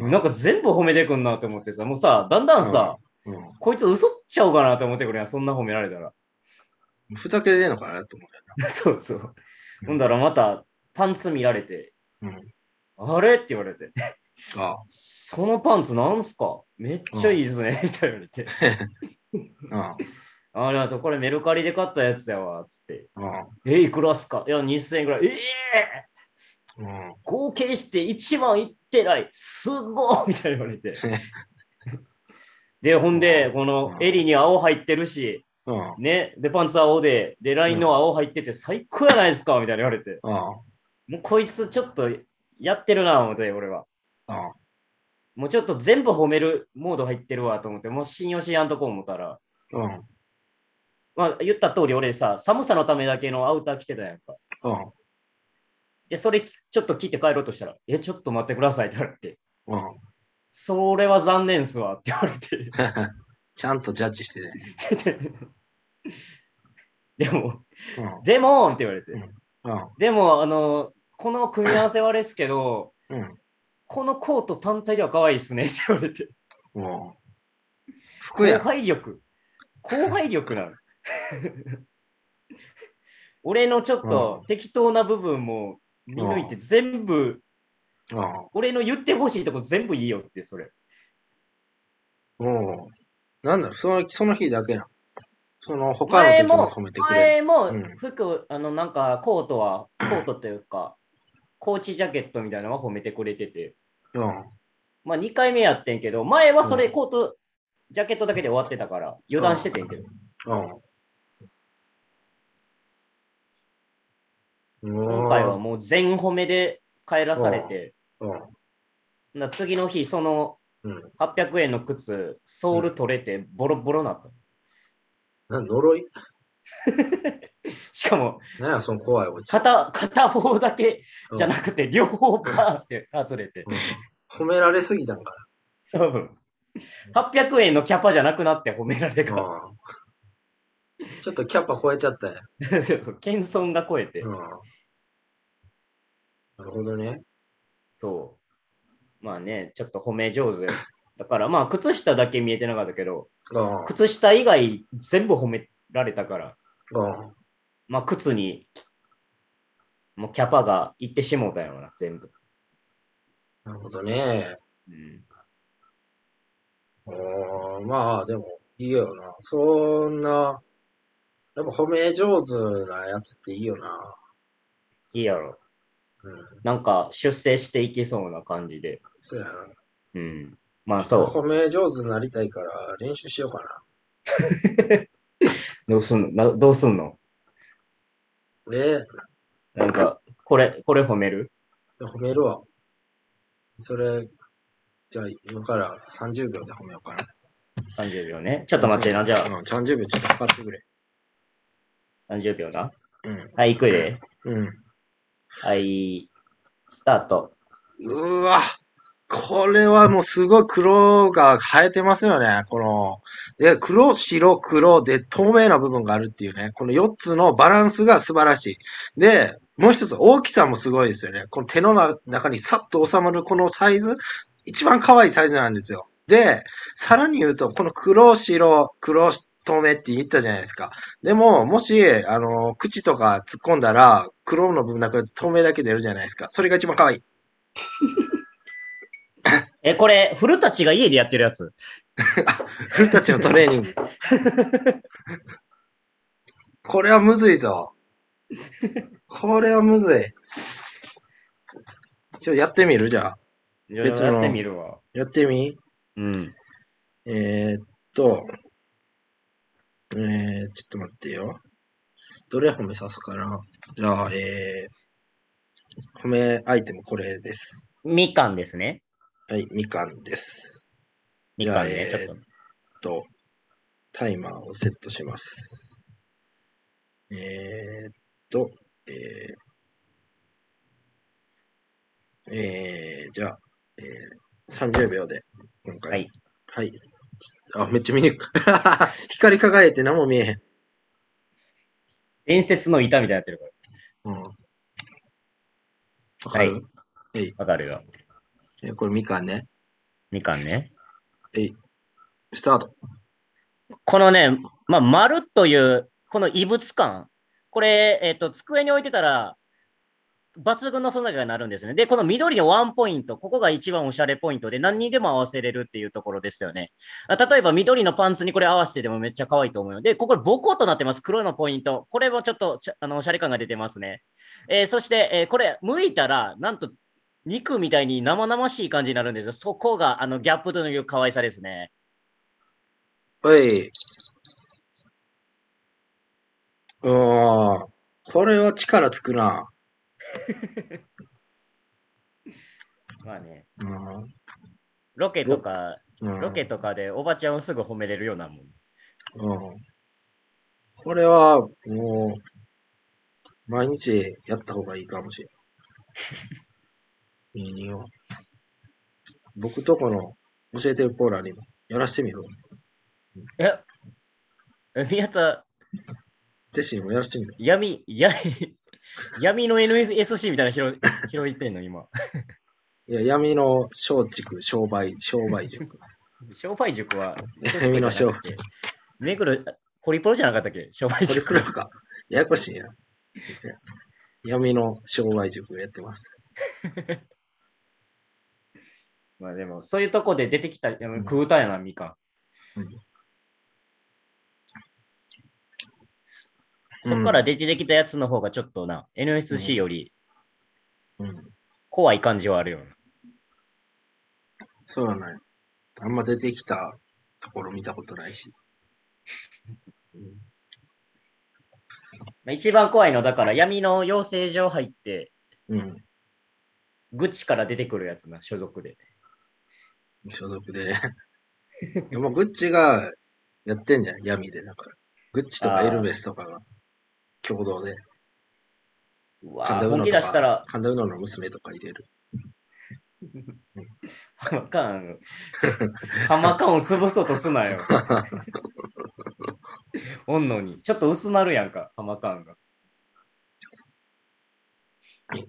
[SPEAKER 3] ん
[SPEAKER 4] なんか全部褒めてくんなって思ってさ、もうさ、だんだんさ、
[SPEAKER 3] う
[SPEAKER 4] こいつ嘘っちゃおうかなと思ってくれやん、そんな褒められたら。
[SPEAKER 3] ん。ふざけてねえのかなと思
[SPEAKER 4] そうそう。ほんだらまたパンツ見られて、
[SPEAKER 3] うよな。
[SPEAKER 4] あれって言われて、
[SPEAKER 3] うん。あ
[SPEAKER 4] そのパンツなんすかめっちゃいいですね、みたいに言われて。
[SPEAKER 3] あ、
[SPEAKER 4] あれだとこれメルカリで買ったやつやわ、つって。
[SPEAKER 3] うん。うん。
[SPEAKER 4] え、いくらっすかいや、2000円ぐらい。ええ
[SPEAKER 3] うん。
[SPEAKER 4] 合計して1万いってない。すごいみたいに言われ て。で、ほんで、この襟に青入ってるし、
[SPEAKER 3] うん。
[SPEAKER 4] ね、で、パンツ青で、で、ラインの青入ってて最高やないですかみたいに言われて。
[SPEAKER 3] うん。
[SPEAKER 4] もうこいつちょっとやってるな、思って、俺は。
[SPEAKER 3] うん。
[SPEAKER 4] もうちょっと全部褒めるモード入ってるわと思って、もう信用しやんとこ思ったら、
[SPEAKER 3] うん。
[SPEAKER 4] まあ言った通り俺さ、寒さのためだけのアウター着てたやんか。
[SPEAKER 3] うん。
[SPEAKER 4] で、それちょっと着て帰ろうとしたら、え、ちょっと待ってくださいって言われて、
[SPEAKER 3] うん。
[SPEAKER 4] それは残念っすわって言われて。
[SPEAKER 3] ちゃんとジャッジしてね。
[SPEAKER 4] でも、
[SPEAKER 3] うん。
[SPEAKER 4] でもって言われて、
[SPEAKER 3] うん。
[SPEAKER 4] でも、あの、この組み合わせはあれですけど、
[SPEAKER 3] うん。
[SPEAKER 4] このコート単体では可愛いっすね って言われて、
[SPEAKER 3] もう。服
[SPEAKER 4] 後
[SPEAKER 3] や。
[SPEAKER 4] 輩力、後輩 力なの。俺のちょっと適当な部分も見抜いて、全部、
[SPEAKER 3] う
[SPEAKER 4] 俺の言ってほしいとこ全部いいよって、それ。
[SPEAKER 3] ん。もう。なんだ、そのその日だけな。その他の
[SPEAKER 4] 前
[SPEAKER 3] 時も
[SPEAKER 4] も
[SPEAKER 3] 褒めて、くれる。
[SPEAKER 4] 前も
[SPEAKER 3] うん
[SPEAKER 4] 服、あの、なんかコートは、コートというか、コーチジャケットみたいなのは褒めてくれてて、
[SPEAKER 3] うん。
[SPEAKER 4] まあ2回目やってんけど、前はそれ
[SPEAKER 3] うん
[SPEAKER 4] コート、ジャケットだけで終わってたから、油断しててんけど、
[SPEAKER 3] うん。
[SPEAKER 4] 今回はもう全褒めで帰らされて、な次の日、その
[SPEAKER 3] うん。うん。
[SPEAKER 4] 800円の靴、ソール取れてボロボロなった。
[SPEAKER 3] なん呪い
[SPEAKER 4] しかも、
[SPEAKER 3] なんや、その怖いおち。
[SPEAKER 4] 片片方だけじゃ
[SPEAKER 3] い。
[SPEAKER 4] なくて、両方バーって外れて、
[SPEAKER 3] うん褒められすぎたんか
[SPEAKER 4] 多分800円のキャパじゃなくなって褒められ
[SPEAKER 3] な。
[SPEAKER 4] が、
[SPEAKER 3] うんちょっとキャパ超えちゃったんや。
[SPEAKER 4] そう 謙遜が超えて
[SPEAKER 3] う、ん。なるほどね。
[SPEAKER 4] そう。まあね、ちょっと褒め上手。だからまあ、靴下だけ見えてなかったけど、
[SPEAKER 3] うん。うん。
[SPEAKER 4] 靴下以外全部褒められたから、まあ、靴に、もうキャパがいってしもうたよな、全部。
[SPEAKER 3] なるほどね。
[SPEAKER 4] うん、
[SPEAKER 3] うん。まあ、でも、いいよな。そんな、やっぱ褒め上手なやつっていいよな。
[SPEAKER 4] いいやろ。
[SPEAKER 3] うん。
[SPEAKER 4] なんか、出世していきそうな感じで。
[SPEAKER 3] そうやな。
[SPEAKER 4] うん。まあ、そう。
[SPEAKER 3] 褒め上手になりたいから練習しようか
[SPEAKER 4] どうすんのなどうすんの
[SPEAKER 3] な。で、
[SPEAKER 4] なんか、これ、これ褒める
[SPEAKER 3] 褒めるわ。それ、じゃあ今から30秒で褒めようかな。ち
[SPEAKER 4] ?30 秒ね。ちょっと待ってな、じゃ
[SPEAKER 3] うん、30秒ちょっと測ってくれ。
[SPEAKER 4] あ、30秒な。
[SPEAKER 3] うん。
[SPEAKER 4] はい、行くで。
[SPEAKER 3] うん。
[SPEAKER 4] はい、スタート。
[SPEAKER 3] うわ、これはもうすごい黒が生えてますよね。この、で、黒、白、黒で透明な部分があるっていうね。この4つのバランスが素晴らしい。で、もう一つ大きさもすごいですよね。この手のな中にさっと収まるこのサイズ、一番可愛いサイズなんですよ。で、さらに言うと、この黒、白、黒、透明って言ったじゃないですか。でも、もし、あの、口とか突っ込んだら、黒の部分なくなって透明だけ出るじゃないですか。それが一番可愛い。
[SPEAKER 4] え、これ、古たちが家でやってるやつ。
[SPEAKER 3] 俺たちのトレーニング。 これはむずいぞ。これはむずい。ちょ、やってみるじゃあ。
[SPEAKER 4] いろいろ
[SPEAKER 3] 別の
[SPEAKER 4] やってみるわ。
[SPEAKER 3] やってみ
[SPEAKER 4] うん。
[SPEAKER 3] えー、っと。えー、ちょっと待ってよ。どれ褒めさすかなじゃあ、えー、褒めアイテムこれです。
[SPEAKER 4] みかんですね。
[SPEAKER 3] はい、みかんです。
[SPEAKER 4] みかんね、
[SPEAKER 3] じゃあ
[SPEAKER 4] ちょっと。
[SPEAKER 3] えっと、タイマーをセットします。えー、っと、えー、えー、じゃあ、えー、30秒で、今回。
[SPEAKER 4] はい。
[SPEAKER 3] はい。あ、めっちゃ見にく い。光り輝いて何も見えへん。
[SPEAKER 4] 伝説の板みたいになってるから。
[SPEAKER 3] うん。わかる、
[SPEAKER 4] はいわかるよ。
[SPEAKER 3] えこれみかんね。
[SPEAKER 4] みかんね。
[SPEAKER 3] えいスタート。
[SPEAKER 4] このね、まあ、丸という、この異物感。これ、えっ、と、机に置いてたら、抜群の存在感になるんですね。で、この緑のワンポイント、ここが一番おしゃれポイントで、何にでも合わせれるっていうところですよね。あ例えば、緑のパンツにこれ合わせてでもめっちゃ可愛いと思うので、ここボコとなってます。黒のポイント。これもちょっとちょあのおしゃれ感が出てますね。えーそして、えーこれ、剥いたら、なんと、肉みたいに生々しい感じになるんですよ。そこが、あの、ギャップという可愛さですね。
[SPEAKER 3] おい。うーん。これは力つくな。
[SPEAKER 4] まあね、
[SPEAKER 3] うん
[SPEAKER 4] ロケとか、
[SPEAKER 3] うん
[SPEAKER 4] ロケとかでおばちゃんをすぐ褒めれるようなもん。
[SPEAKER 3] うん。これは、もう、毎日やった方がいいかもしれない。ミニを。僕とこの教えてるコーラにもやらしてみろ。
[SPEAKER 4] ええ宮田、
[SPEAKER 3] テッシーにもやらしてみろ。
[SPEAKER 4] 闇、や 闇の NSC みたいなの拾い拾いってんの、今。
[SPEAKER 3] いや、闇の松竹、商売、商売塾。
[SPEAKER 4] 商売塾は、
[SPEAKER 3] 闇の商売
[SPEAKER 4] 塾じゃなくて。 目黒、ホリプロじゃなかったっけ商売
[SPEAKER 3] これく
[SPEAKER 4] 塾。
[SPEAKER 3] らいか。ややこしいな。闇の商売塾をやってます。
[SPEAKER 4] まあでも、そういうとこで出てきた、うん食うたんやな、みかん。
[SPEAKER 3] うん
[SPEAKER 4] そこから出てきたやつの方がちょっとな、NSC より
[SPEAKER 3] うん。
[SPEAKER 4] 怖い感じはあるよな。
[SPEAKER 3] そうなんや。あんま出てきたところ見たことないし。うん
[SPEAKER 4] まあ一番怖いのだから闇の養成所入って
[SPEAKER 3] うん。
[SPEAKER 4] 愚痴から出てくるやつな所属で
[SPEAKER 3] 所属でね。でもグッチがやってんじゃん、闇で。だから。グッチと
[SPEAKER 4] あ
[SPEAKER 3] か
[SPEAKER 4] ー
[SPEAKER 3] エルメスとかが共同で。
[SPEAKER 4] うわ
[SPEAKER 3] 神
[SPEAKER 4] ー
[SPEAKER 3] 田う
[SPEAKER 4] 本
[SPEAKER 3] の
[SPEAKER 4] 気
[SPEAKER 3] と
[SPEAKER 4] 出した、
[SPEAKER 3] から神田うのの娘とか入れる。
[SPEAKER 4] ハマカンハマカンを潰そうとすなよおんのにちょっと薄なるやんかハマカンが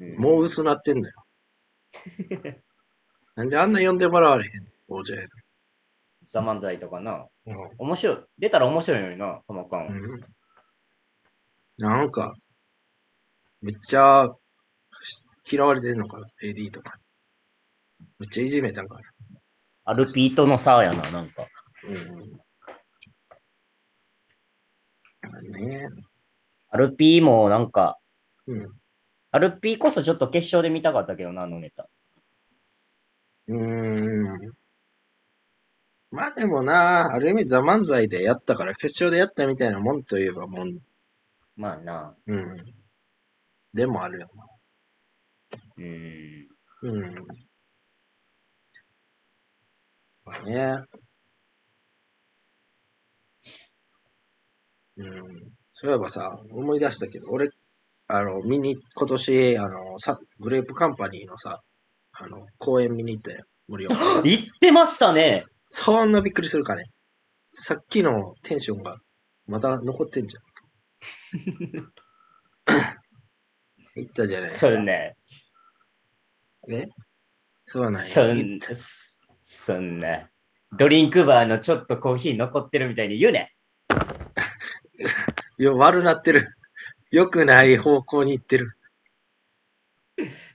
[SPEAKER 4] うん
[SPEAKER 3] もう薄なってん だよ。なんであんな呼んでもらわれへん王者や
[SPEAKER 4] ザ・マンダイとかな
[SPEAKER 3] の。
[SPEAKER 4] 面白い出たら面白いのになハマカン、
[SPEAKER 3] うんなんか、めっちゃ嫌われてんのかな、AD とか。めっちゃいじめたんかな。
[SPEAKER 4] アルピートのさやななんか
[SPEAKER 3] うん。ね
[SPEAKER 4] アルピーもなんか
[SPEAKER 3] うん。
[SPEAKER 4] アルピーこそちょっと決勝で見たかったけどなあのネタ
[SPEAKER 3] うーん。まあでもな、ある意味、ザ・漫才でやったから、決勝でやったみたいなもんといえばもん、
[SPEAKER 4] まあな
[SPEAKER 3] うん。でもあるよ
[SPEAKER 4] うん
[SPEAKER 3] な。うん。まあね。うん。そういえばさ、思い出したけど、俺、あの、見に、今年、あの、さ、グレープカンパニーのさ、あの、公演見に行ったよ。森岡。
[SPEAKER 4] 言ってましたね
[SPEAKER 3] そんなびっくりするかね。さっきのテンションがまだ残ってん じゃん。言ったじゃない。
[SPEAKER 4] そうね
[SPEAKER 3] えそうなんや。
[SPEAKER 4] そ
[SPEAKER 3] 言
[SPEAKER 4] ん
[SPEAKER 3] った
[SPEAKER 4] そそんな。ドリンクバーのちょっとコーヒー残ってるみたいに言うね。
[SPEAKER 3] いや、悪なってる。良くない方向に行ってる。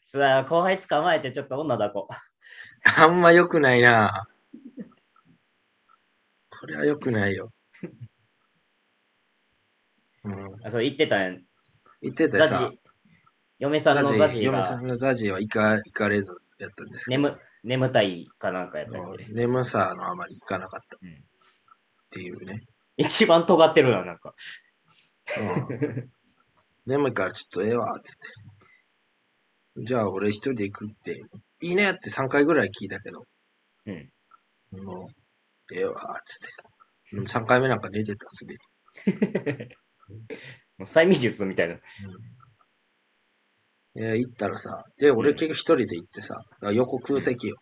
[SPEAKER 4] さあ、後輩捕まえてちょっと女抱こ
[SPEAKER 3] あんま良くないな。これは良くないよ。うん、
[SPEAKER 4] う。あそう言ってたやん。
[SPEAKER 3] 言ってた
[SPEAKER 4] ザ
[SPEAKER 3] よ
[SPEAKER 4] ジ
[SPEAKER 3] さ。。
[SPEAKER 4] 嫁さんのザジ
[SPEAKER 3] 嫁さ
[SPEAKER 4] が
[SPEAKER 3] んのザジは行か行かれずやったんですけど。
[SPEAKER 4] 眠眠たいかなんかやったっけ
[SPEAKER 3] 眠さのあまりいかなかったっ
[SPEAKER 4] うん
[SPEAKER 3] ていう ね。
[SPEAKER 4] 一番尖ってるな、なんか。
[SPEAKER 3] うん、眠いからちょっとええわ、っつって。じゃあ俺一人で行くって、いいねって3回ぐらい聞いたけど、
[SPEAKER 4] うん。
[SPEAKER 3] もう、ええわ、っつって。3回目なんか寝てた、すでに。
[SPEAKER 4] もう催眠術みたいな。
[SPEAKER 3] え行ったらさ、で、俺結局一人で行ってさ、横空席よ。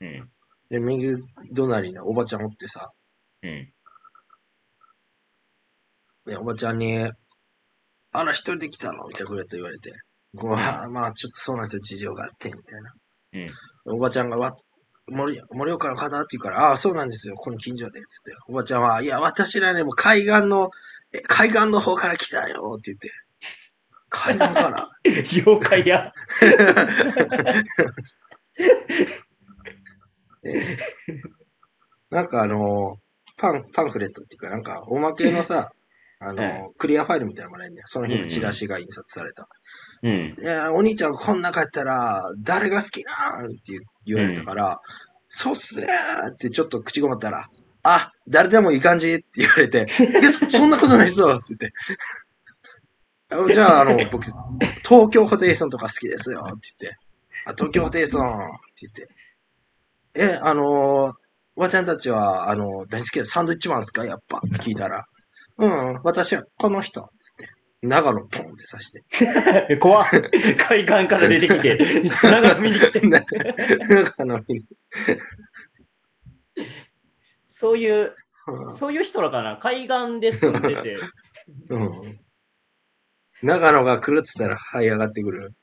[SPEAKER 4] うん。
[SPEAKER 3] で、右隣のおばちゃんおってさ、
[SPEAKER 4] うん。
[SPEAKER 3] でおばちゃんに、あら、一人で来たのみたいなこと言われて、こうあーまあ、ちょっとそうなんですよ、事情があって、みたいな。
[SPEAKER 4] うん
[SPEAKER 3] おばちゃんがわっ盛盛岡の方って言うから、ああ、そうなんですよ、この近所で、つって。おばちゃんは、いや、私らね、もう海岸の、え海岸の方から来たよって言って。海岸から。
[SPEAKER 4] 妖怪や。
[SPEAKER 3] なんかあの、パン、パンフレットっていうか、なんかおまけのさ、あの、クリアファイルみたいなのもらえんねその日のチラシが印刷された。
[SPEAKER 4] うん。
[SPEAKER 3] いや、お兄ちゃんこんなかったら、誰が好きなんって言われたから、そうっすねーってちょっと口ごもったら、あ、誰でもいい感じって言われ て、え、そそんなことないっすよって言って。あじゃあ、あの、僕、東京ホテイソンとか好きですよって言って、あ、東京ホテイソンって言って、え、あのーおばちゃんたちは、あの、大好きなサンドイッチマンですかやっぱって聞いたら、うん、私はこの人っつって、長野ポンって刺して。
[SPEAKER 4] 怖っ海岸から出て きて、長野見に来て。
[SPEAKER 3] ななんかあの、
[SPEAKER 4] そういう、そういう人らかな。海岸で住んでて。
[SPEAKER 3] うん。 長野が来るっつったら、這い上がってくる。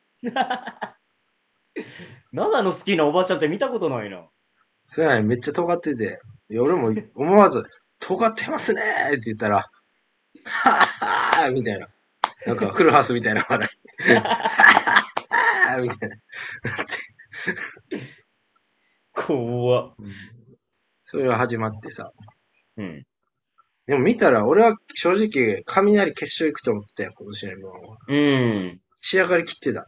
[SPEAKER 4] 長野好きなおばちゃんって見たことないな。
[SPEAKER 3] そやねんめっちゃ尖ってて。いや、俺も思わず、尖ってますねーって言ったら、はっはーみたいな。なんか、フルハウスみたいな笑い。はっはーみたいな。
[SPEAKER 4] 怖っ。
[SPEAKER 3] それが始まってさ。
[SPEAKER 4] うん。
[SPEAKER 3] でも見たら、俺は正直、雷決勝行くと思ってたよ、今年の M1 は。
[SPEAKER 4] うん。
[SPEAKER 3] 仕上がりきってた。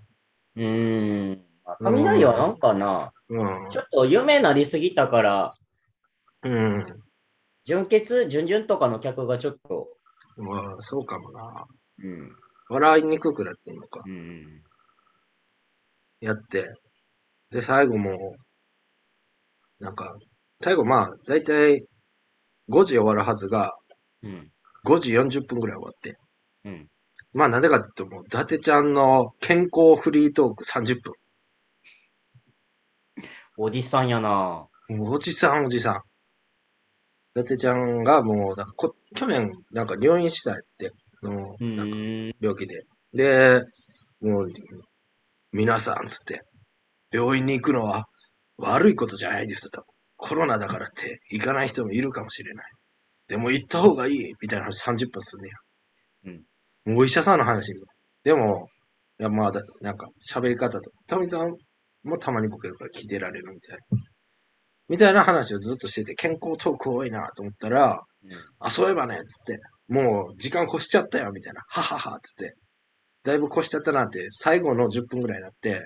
[SPEAKER 4] うん。雷はなんかな、
[SPEAKER 3] うん
[SPEAKER 4] ち。ょっと夢なりすぎたから、
[SPEAKER 3] うん。
[SPEAKER 4] 純潔、純々とかの客がちょっと、
[SPEAKER 3] まあ、そうかもな。
[SPEAKER 4] うん。
[SPEAKER 3] 笑いにくくなってんのか。
[SPEAKER 4] うん。
[SPEAKER 3] やって、で、最後もう、なんか、最後まあ、だいたい5時終わるはずが、
[SPEAKER 4] うん。
[SPEAKER 3] 5時40分ぐらい終わって。
[SPEAKER 4] うん。
[SPEAKER 3] まあ、なんでかっていうと、もう、伊達ちゃんの健康フリートーク30
[SPEAKER 4] おじさんやな。
[SPEAKER 3] 分。もうおじさん、おじさん。伊達ちゃんがもう、なんかこ、去年、なんか入院したって、の
[SPEAKER 4] う
[SPEAKER 3] なんか
[SPEAKER 4] ん。
[SPEAKER 3] 病気で。で、もう、皆さん、つって、病院に行くのは悪いことじゃないですよ。コロナだからって行かない人もいるかもしれない。でも行った方がいい、みたいな話30分すんねや。うん。お医者さんの話みたいでも、いや、まあ、だなんか、喋り方と、トミさんもたまにボケるから聞いてられるみたいな。みたいな話をずっとしてて、健康トーク多いなと思ったら、あ、そういえばね、つって、もう時間越しちゃったよ、みたいな、ははは、つって、だいぶ越しちゃったなって、最後の10分ぐらいになって、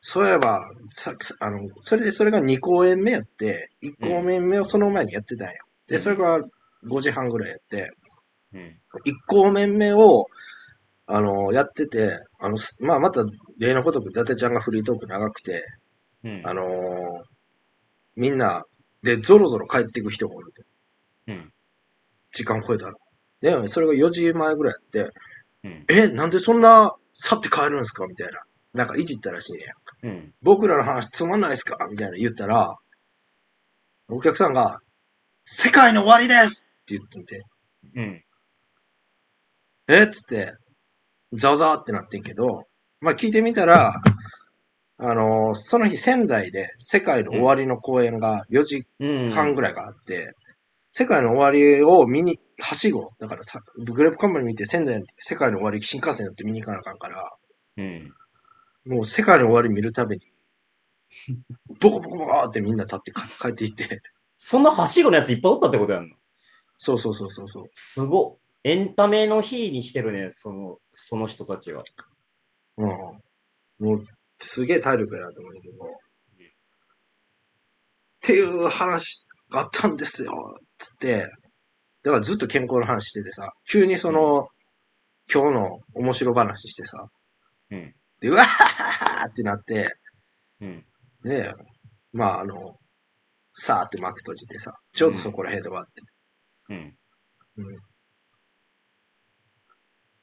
[SPEAKER 3] そういえば、ささあの、それで、それが2公演目やって、1公演目をその前にやってたんや。
[SPEAKER 4] う
[SPEAKER 3] で、
[SPEAKER 4] ん
[SPEAKER 3] それが5時半ぐらいやって、
[SPEAKER 4] うん。
[SPEAKER 3] 1公演目を、あの、やってて、あの、すまあ、また、例のごとく、伊達ちゃんがフリートーク長くて、
[SPEAKER 4] うん。
[SPEAKER 3] あのーみんな、で、ぞろぞろ帰っていく人がおると。
[SPEAKER 4] うん。
[SPEAKER 3] 時間超えたら。で、それが4時前ぐらいやって、
[SPEAKER 4] うん。
[SPEAKER 3] え、なんでそんな、去って帰るんですかみたいな。なんかいじったらしいね。
[SPEAKER 4] うん。
[SPEAKER 3] 僕らの話つまんないですかみたいな言ったら、お客さんが、世界の終わりですって言ってみて、
[SPEAKER 4] うん。
[SPEAKER 3] えっつって、ざわざわってなってんけど、まあ聞いてみたら、あのーその日仙台で世界の終わりの公演が4時
[SPEAKER 4] うん。
[SPEAKER 3] 半ぐらいがあって、世界の終わりを見に、はしご、だからさ、グレープカンパニー見て仙台に世界の終わり新幹線乗って見に行かなあかんから、
[SPEAKER 4] うん。
[SPEAKER 3] もう世界の終わり見るたびに、 ボコボコボコってみんな立ってか帰っていって、
[SPEAKER 4] そんなはしごのやついっぱいおったってことやんの
[SPEAKER 3] そうそうそうそうそう。
[SPEAKER 4] すごっ。エンタメの日にしてるね、その、その人たちは。
[SPEAKER 3] うん。もう、すげえ体力やなと思うんだけど。っていう話があったんですよ、つって。だからずっと健康の話しててさ、急にその、今日の面白話してさ、
[SPEAKER 4] うん。
[SPEAKER 3] で、うわははってなって、
[SPEAKER 4] うん。
[SPEAKER 3] で、まああの、さーって幕閉じてさ、ちょうどそこら辺で終わって。
[SPEAKER 4] うん。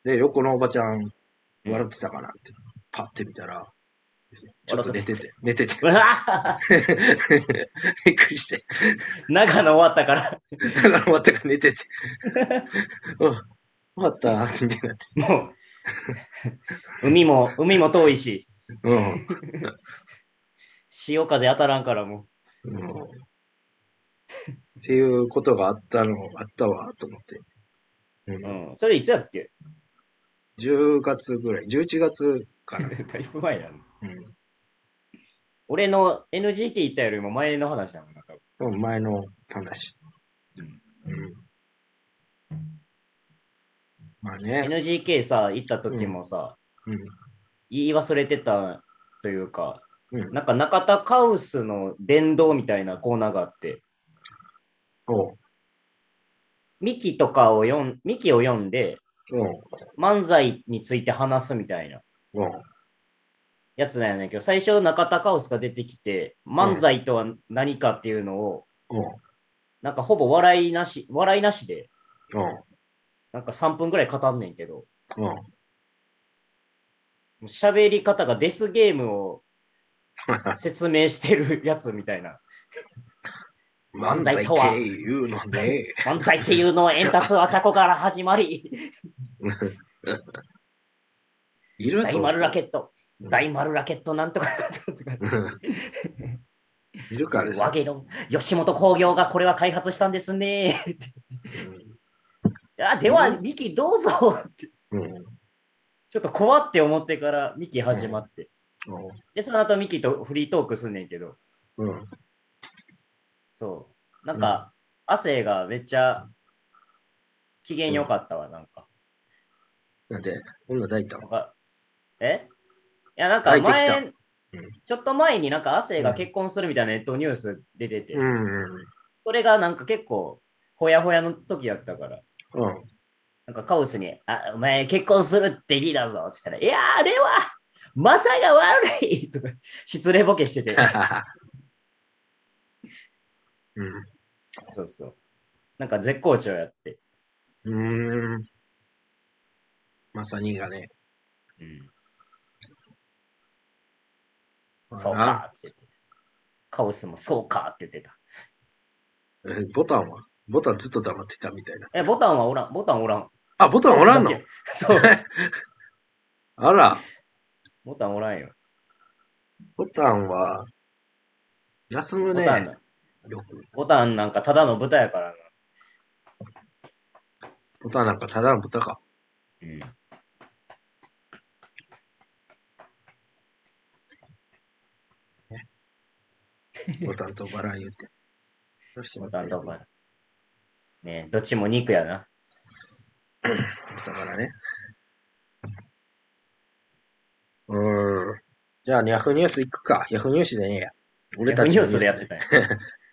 [SPEAKER 3] で、横のおばちゃん、笑ってたかなって、パッて見たら、ちょっと寝てて、寝てて、
[SPEAKER 4] うわ
[SPEAKER 3] びっくりして。
[SPEAKER 4] 長野終わったから、
[SPEAKER 3] だから終わったから寝てて。 うん、終わったみたいになって。
[SPEAKER 4] もう、海も、海も遠いし、
[SPEAKER 3] うん。
[SPEAKER 4] 潮風当たらんからも
[SPEAKER 3] うんっていうことがあったの、あったわ、と思って。うん
[SPEAKER 4] うん。それいつだっけ
[SPEAKER 3] 10月ぐらい、11月かな。
[SPEAKER 4] だいぶ前やん。
[SPEAKER 3] うん
[SPEAKER 4] 俺の NGT 行ったよりも前の話だもんな、多分。
[SPEAKER 3] でも前の話。うんまあね、
[SPEAKER 4] NGK さ、行った時もさ、
[SPEAKER 3] うん
[SPEAKER 4] 言い忘れてたというか、
[SPEAKER 3] うん
[SPEAKER 4] なんか中田カウスの殿堂みたいなコーナーがあって、
[SPEAKER 3] おう
[SPEAKER 4] ミキとかを読ん、ミキを読んで、
[SPEAKER 3] おう
[SPEAKER 4] 漫才について話すみたいな
[SPEAKER 3] おう
[SPEAKER 4] やつなんやねんけど、最初中田カウスが出てきて、漫才とは何かっていうのを、
[SPEAKER 3] おう
[SPEAKER 4] なんかほぼ笑いなし、笑いなしで、
[SPEAKER 3] おう
[SPEAKER 4] なんか3分ぐらい語んねんけど、
[SPEAKER 3] おう
[SPEAKER 4] もう喋り方がデスゲーム を説明してるやつみたいな。
[SPEAKER 3] 漫
[SPEAKER 4] 漫
[SPEAKER 3] 才
[SPEAKER 4] 才
[SPEAKER 3] っ
[SPEAKER 4] とは
[SPEAKER 3] ていうので、
[SPEAKER 4] 漫才っていうのは円達あちゃこから始まり、
[SPEAKER 3] いる
[SPEAKER 4] 大
[SPEAKER 3] ぞ。
[SPEAKER 4] 丸ラケット、大丸ラケットなんとかなんとか、
[SPEAKER 3] うんいるから
[SPEAKER 4] わ
[SPEAKER 3] さ。
[SPEAKER 4] げの吉本興業がこれは開発したんですね。あでは、ミキどうぞって、
[SPEAKER 3] うんうん
[SPEAKER 4] ちょっと怖って思ってからミキ始まって。
[SPEAKER 3] おう
[SPEAKER 4] で、その後ミキとフリートークすんねんけど、
[SPEAKER 3] うん
[SPEAKER 4] そう。なんか、汗がめっちゃ機嫌良かったわ、なんか。
[SPEAKER 3] なんで、女抱いた
[SPEAKER 4] なん
[SPEAKER 3] わ。
[SPEAKER 4] かえいや、なんか
[SPEAKER 3] 帰って
[SPEAKER 4] 前、
[SPEAKER 3] きたうん
[SPEAKER 4] ちょっと前になんか亜生が結婚するみたいなネットニュース出てて、
[SPEAKER 3] うんうん
[SPEAKER 4] それがなんか結構、ほやほやの時やったから、
[SPEAKER 3] うん。
[SPEAKER 4] なんかカオスに、あ、お前結婚するっていいだぞって言ったら、いや、あれは、マサが悪いとか、失礼ボケしてて
[SPEAKER 3] うん
[SPEAKER 4] そうそう。なんか絶好調やって。
[SPEAKER 3] うーん。まさにがね。
[SPEAKER 4] そう
[SPEAKER 3] まあな
[SPEAKER 4] かって言って。カオスもそうかって言ってた。
[SPEAKER 3] えボタンはボタンずっと黙ってたみたいな。
[SPEAKER 4] え、ボタンはおらん、ボタンおらん。
[SPEAKER 3] あ、ボタンおらんの
[SPEAKER 4] カオスだけ そう。
[SPEAKER 3] あら、
[SPEAKER 4] ボタンおら んよ。
[SPEAKER 3] ボタンは、休む
[SPEAKER 4] ボ
[SPEAKER 3] ね。
[SPEAKER 4] タン、
[SPEAKER 3] よく。
[SPEAKER 4] ボタンなんかただの豚やからな。
[SPEAKER 3] ボタンなんかただの豚か。
[SPEAKER 4] うん。
[SPEAKER 3] ボタンとバラ言うて。どうして
[SPEAKER 4] ボ
[SPEAKER 3] も
[SPEAKER 4] タンとか。ねどっちも肉やな。
[SPEAKER 3] 豚バラね。うーん。じゃあ、ヤフーニュース行くか。ヤフーニュースでねえや。俺たち
[SPEAKER 4] ニュ
[SPEAKER 3] の
[SPEAKER 4] ースでやってたんや。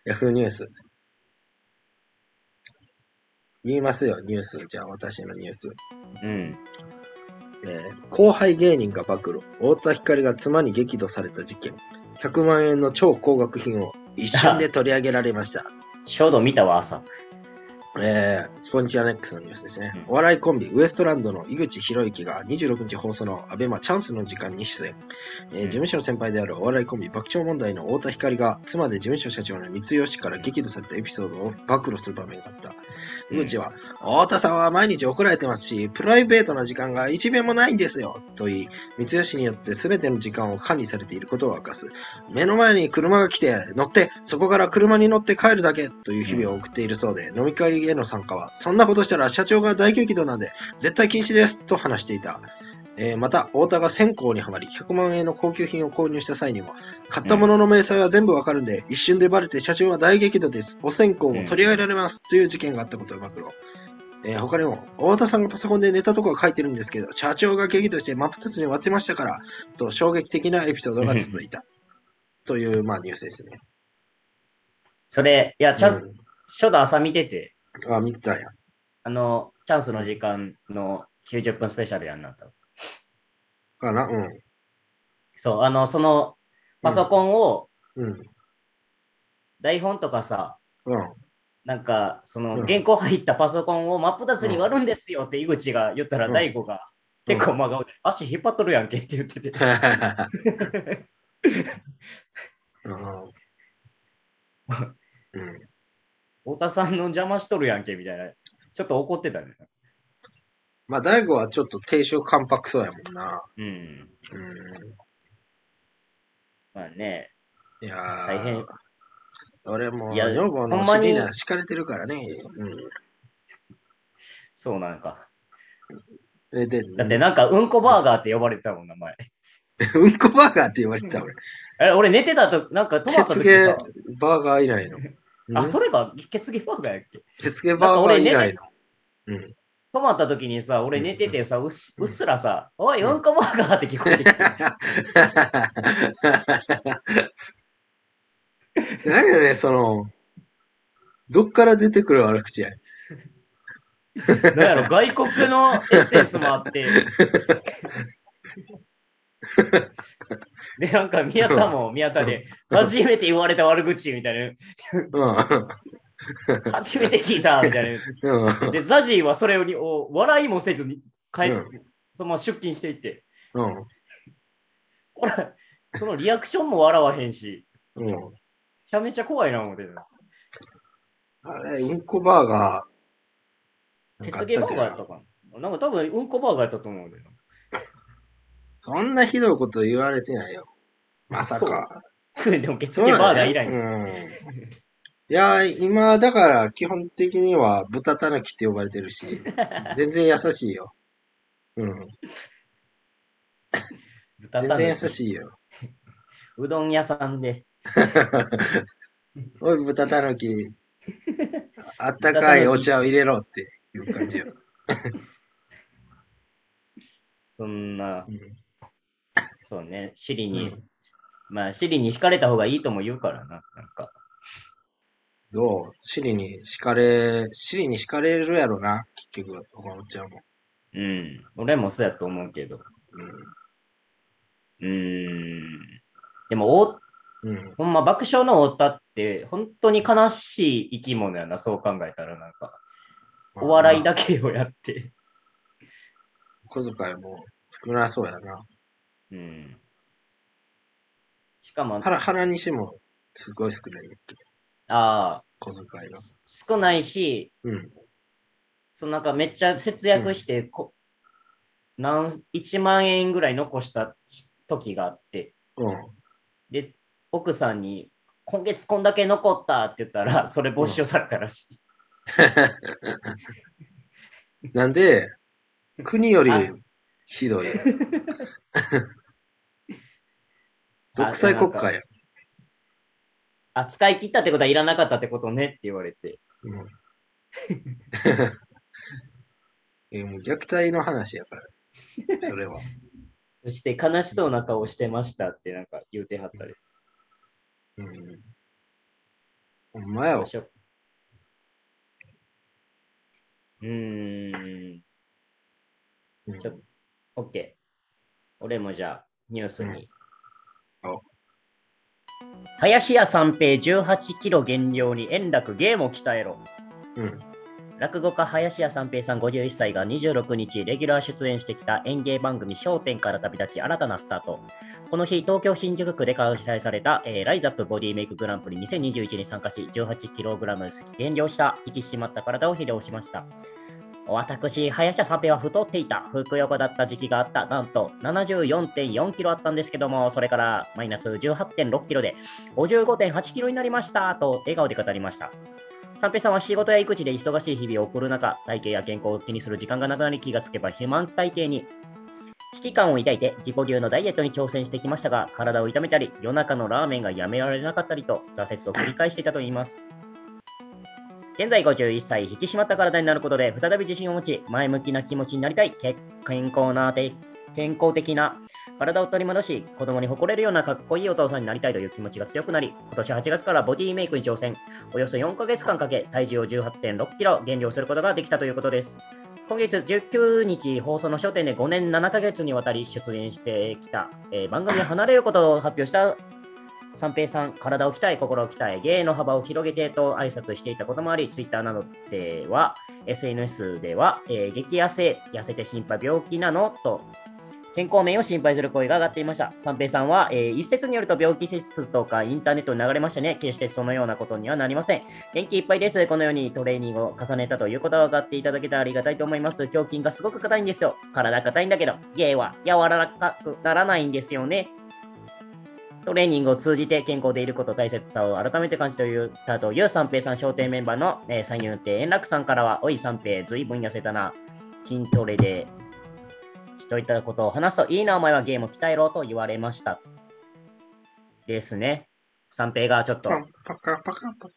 [SPEAKER 3] ヤフーニュース。言いますよ、ニュース。じゃあ、私のニュース。
[SPEAKER 4] うん。
[SPEAKER 3] えー後輩芸人が暴露。太田光が妻に激怒された事件。100万円の超高額品を一瞬で取り上げられました。
[SPEAKER 4] ちょうど見たわ、朝。
[SPEAKER 3] えースポンチアネックスのニュースですね。
[SPEAKER 4] うん
[SPEAKER 3] お笑いコンビ、ウエストランドの井口博之が26日放送のアベマチャンスの時間に出演。えー
[SPEAKER 4] うん
[SPEAKER 3] 事務所の先輩であるお笑いコンビ、爆笑問題の太田光が、妻で事務所社長の三吉氏から激怒されたエピソードを暴露する場面があった。
[SPEAKER 4] うん
[SPEAKER 3] 井口は、太田さんは毎日怒られてますし、プライベートな時間が一秒もないんですよと言い、三吉によって全ての時間を管理されていることを明かす。目の前に車が来て乗ってそこから車に乗って帰るだけという日々を送っているそうで、飲み会への参加はそんなことしたら社長が大激怒なんで絶対禁止ですと話していた、えーまた太田が線香にはまり100万円の高級品を購入した際にも買ったものの明細は全部わかるんで、一瞬でバレて社長は大激怒ですお線香も取り上げられます、という事件があったことを暴露えー他にも、太田さんがパソコンでネタとかを書いてるんですけど、社長が激怒して真っ二つに割ってましたから、と衝撃的なエピソードが続いた。という、まあ、ニュースですね。
[SPEAKER 4] それ、いや、ちゃ、
[SPEAKER 3] うん
[SPEAKER 4] ちょうど朝見てて、
[SPEAKER 3] あ、見てたんや。
[SPEAKER 4] あの、チャンスの時間の90分スペシャルやんなった。
[SPEAKER 3] かなうん。
[SPEAKER 4] そう、あの、その、パソコンを、
[SPEAKER 3] うん。
[SPEAKER 4] 台本とかさ、
[SPEAKER 3] うん。
[SPEAKER 4] なんか、その
[SPEAKER 3] うん、
[SPEAKER 4] 原稿入ったパソコンを真っ二つに割るんですよって井口が言った
[SPEAKER 3] う
[SPEAKER 4] ら、
[SPEAKER 3] ん
[SPEAKER 4] 大悟が、
[SPEAKER 3] うん
[SPEAKER 4] 結構真顔で、足引っ張っとるやんけって言ってて。
[SPEAKER 3] うん。うん。
[SPEAKER 4] 太田さんの邪魔しとるやんけみたいな。ちょっと怒ってたね。
[SPEAKER 3] まあ、大悟はちょっと低周関白そうやもんな。
[SPEAKER 4] うん。
[SPEAKER 3] うん。
[SPEAKER 4] まあね、
[SPEAKER 3] いやー
[SPEAKER 4] 大変。
[SPEAKER 3] 俺もう、
[SPEAKER 4] いや
[SPEAKER 3] 女房
[SPEAKER 4] ほ
[SPEAKER 3] の
[SPEAKER 4] んまに
[SPEAKER 3] 尻には敷かれてるからね。
[SPEAKER 4] そうなんか。
[SPEAKER 3] うん、えで、
[SPEAKER 4] だってなんか、うんこバーガーって呼ばれてたもん、名前。
[SPEAKER 3] うんこバーガーって言われてた俺。
[SPEAKER 4] え、俺寝てたと、なんか止まった
[SPEAKER 3] 血
[SPEAKER 4] 時
[SPEAKER 3] 芸
[SPEAKER 4] さ。
[SPEAKER 3] バーガー以来の。
[SPEAKER 4] あ、それが血芸バーガーやっけ
[SPEAKER 3] 血芸バーガー以来の。うん、
[SPEAKER 4] 止まった時にさ、俺寝ててさ、うっす
[SPEAKER 3] うん
[SPEAKER 4] うっすらさ、おい、うんこバーガーって聞こえてきて。
[SPEAKER 3] 何やね、その、どっから出てくる悪口や。
[SPEAKER 4] な んやろ、外国のエッセンスもあって。で、なんか宮田も宮田で、初めて言われた悪口みたい
[SPEAKER 3] うん。
[SPEAKER 4] な、初めて聞いたみたい
[SPEAKER 3] うん
[SPEAKER 4] な。。で、ザジーはそれにお笑いもせずに帰って、
[SPEAKER 3] う
[SPEAKER 4] そのまま出勤していって、
[SPEAKER 3] うん。
[SPEAKER 4] ほら、そのリアクションも笑わへんし、
[SPEAKER 3] うん。
[SPEAKER 4] めちゃめちゃ怖いな思ってた。
[SPEAKER 3] あれ、うんこバーガー。
[SPEAKER 4] 鉄芸バーガーやったかな。なんか多分、うんこバーガーやったと思うけど。
[SPEAKER 3] そんなひどいこと言われてないよ。まさか。
[SPEAKER 4] でも、鉄芸バーガー以来。
[SPEAKER 3] うん。いや、今、だから、基本的には、豚たぬきって呼ばれてる し、全然優しいよ。うん。
[SPEAKER 4] 豚
[SPEAKER 3] 全
[SPEAKER 4] タン
[SPEAKER 3] 然優しいよ。
[SPEAKER 4] うどん屋さんで。
[SPEAKER 3] おい、豚たぬき、あったかいお茶を入れろっていう感 じよ。
[SPEAKER 4] そんな、そうね、シリ
[SPEAKER 3] うん
[SPEAKER 4] に、まあ、シリに敷かれた方がいいとも言うからな、なんか。
[SPEAKER 3] どう尻に敷かれ、尻に敷かれるやろな、結局、他のおっちゃんも。
[SPEAKER 4] うん、俺もそうやと思うけど。
[SPEAKER 3] う
[SPEAKER 4] うーん。でも、お
[SPEAKER 3] ん。うん。
[SPEAKER 4] ほんま、爆笑の太田って、本当に悲しい生き物やな、そう考えたら、なんか。お笑いだけをやって。
[SPEAKER 3] 小遣いも少なそうやな。
[SPEAKER 4] うん。しかも、あ
[SPEAKER 3] 原原西もすごい少ないよ
[SPEAKER 4] あ
[SPEAKER 3] 小遣いが。
[SPEAKER 4] ー、少ないし、
[SPEAKER 3] うん。
[SPEAKER 4] そのなんかめっちゃ節約してこ、なん、1万円ぐらい残した時があって、
[SPEAKER 3] うん。
[SPEAKER 4] で、奥さんに、今月こんだけ残ったって言ったら、それ没収されたらしい。
[SPEAKER 3] なんで、国より
[SPEAKER 4] あ
[SPEAKER 3] ひ どい。独裁国家や。
[SPEAKER 4] あ、使い切ったってことはいらなかったってことねって言われて。
[SPEAKER 3] うん。 えもう虐待の話やから、そ れは。
[SPEAKER 4] そして悲しそうな顔してましたってなんか言うてはったり。
[SPEAKER 3] うん。ほんまやわ。
[SPEAKER 4] ショックうーん、
[SPEAKER 3] うん
[SPEAKER 4] ちょ OK。俺もじゃあ、ニュースに。
[SPEAKER 3] うんお
[SPEAKER 4] 林家三平18キロ減量に円楽ゲームを鍛えろ。
[SPEAKER 3] うん。
[SPEAKER 4] 落語家林家三平さん51歳が26日レギュラー出演してきた演芸番組『笑点』から旅立ち新たなスタートこの日東京新宿区で開催された、えーライザップボディメイクグランプリ2021に参加し 18kg 減量した引き締まった体を披露しました私林家三平は太っていた服横だった時期があったなんと 74.4kg あったんですけどもそれからマイナス 18.6kg で 55.8kg になりましたと笑顔で語りました三平さんは仕事や育児で忙しい日々を送る中、体型や健康を気にする時間がなくなり気がつけば肥満体型に。危機感を抱いて自己流のダイエットに挑戦してきましたが、体を痛めたり、夜中のラーメンがやめられなかったりと、挫折を繰り返していたといいます。現在51歳、引き締まった体になることで、再び自信を持ち、前向きな気持ちになりたい、け健康なて、健康的な体を取り戻し、子供に誇れるようなかっこいいお父さんになりたいという気持ちが強くなり、今年8月からボディメイクに挑戦。およそ4ヶ月間かけ、体重を18.6キロ減量することができたということです。今月19日放送の焦点で5年7ヶ月にわたり出演してきた、えー番組を離れることを発表した三平さん、体を鍛え、心を鍛え、芸の幅を広げてと挨拶していたこともあり、ツイッターなどでは、SNS では、えー激痩せ、痩せて心配、病気なのと健康面を心配する声が上がっていました。三平さんは、えー一説によると病気説とかインターネットに流れましたね。決してそのようなことにはなりません。元気いっぱいです。このようにトレーニングを重ねたということが分かっていただけたらありがたいと思います。胸筋がすごく硬いんですよ。体硬いんだけど、芸は柔らかくならないんですよね。トレーニングを通じて健康でいることの大切さを改めて感じていたという三平さん、商店メンバーの、えー、三遊亭円楽さんからは、おい三平、ずいぶん痩せたな。筋トレで、といったことを話すと、いいな、お前はゲームを鍛えろと言われました。ですね。三平がちょっと、
[SPEAKER 3] パカパカパ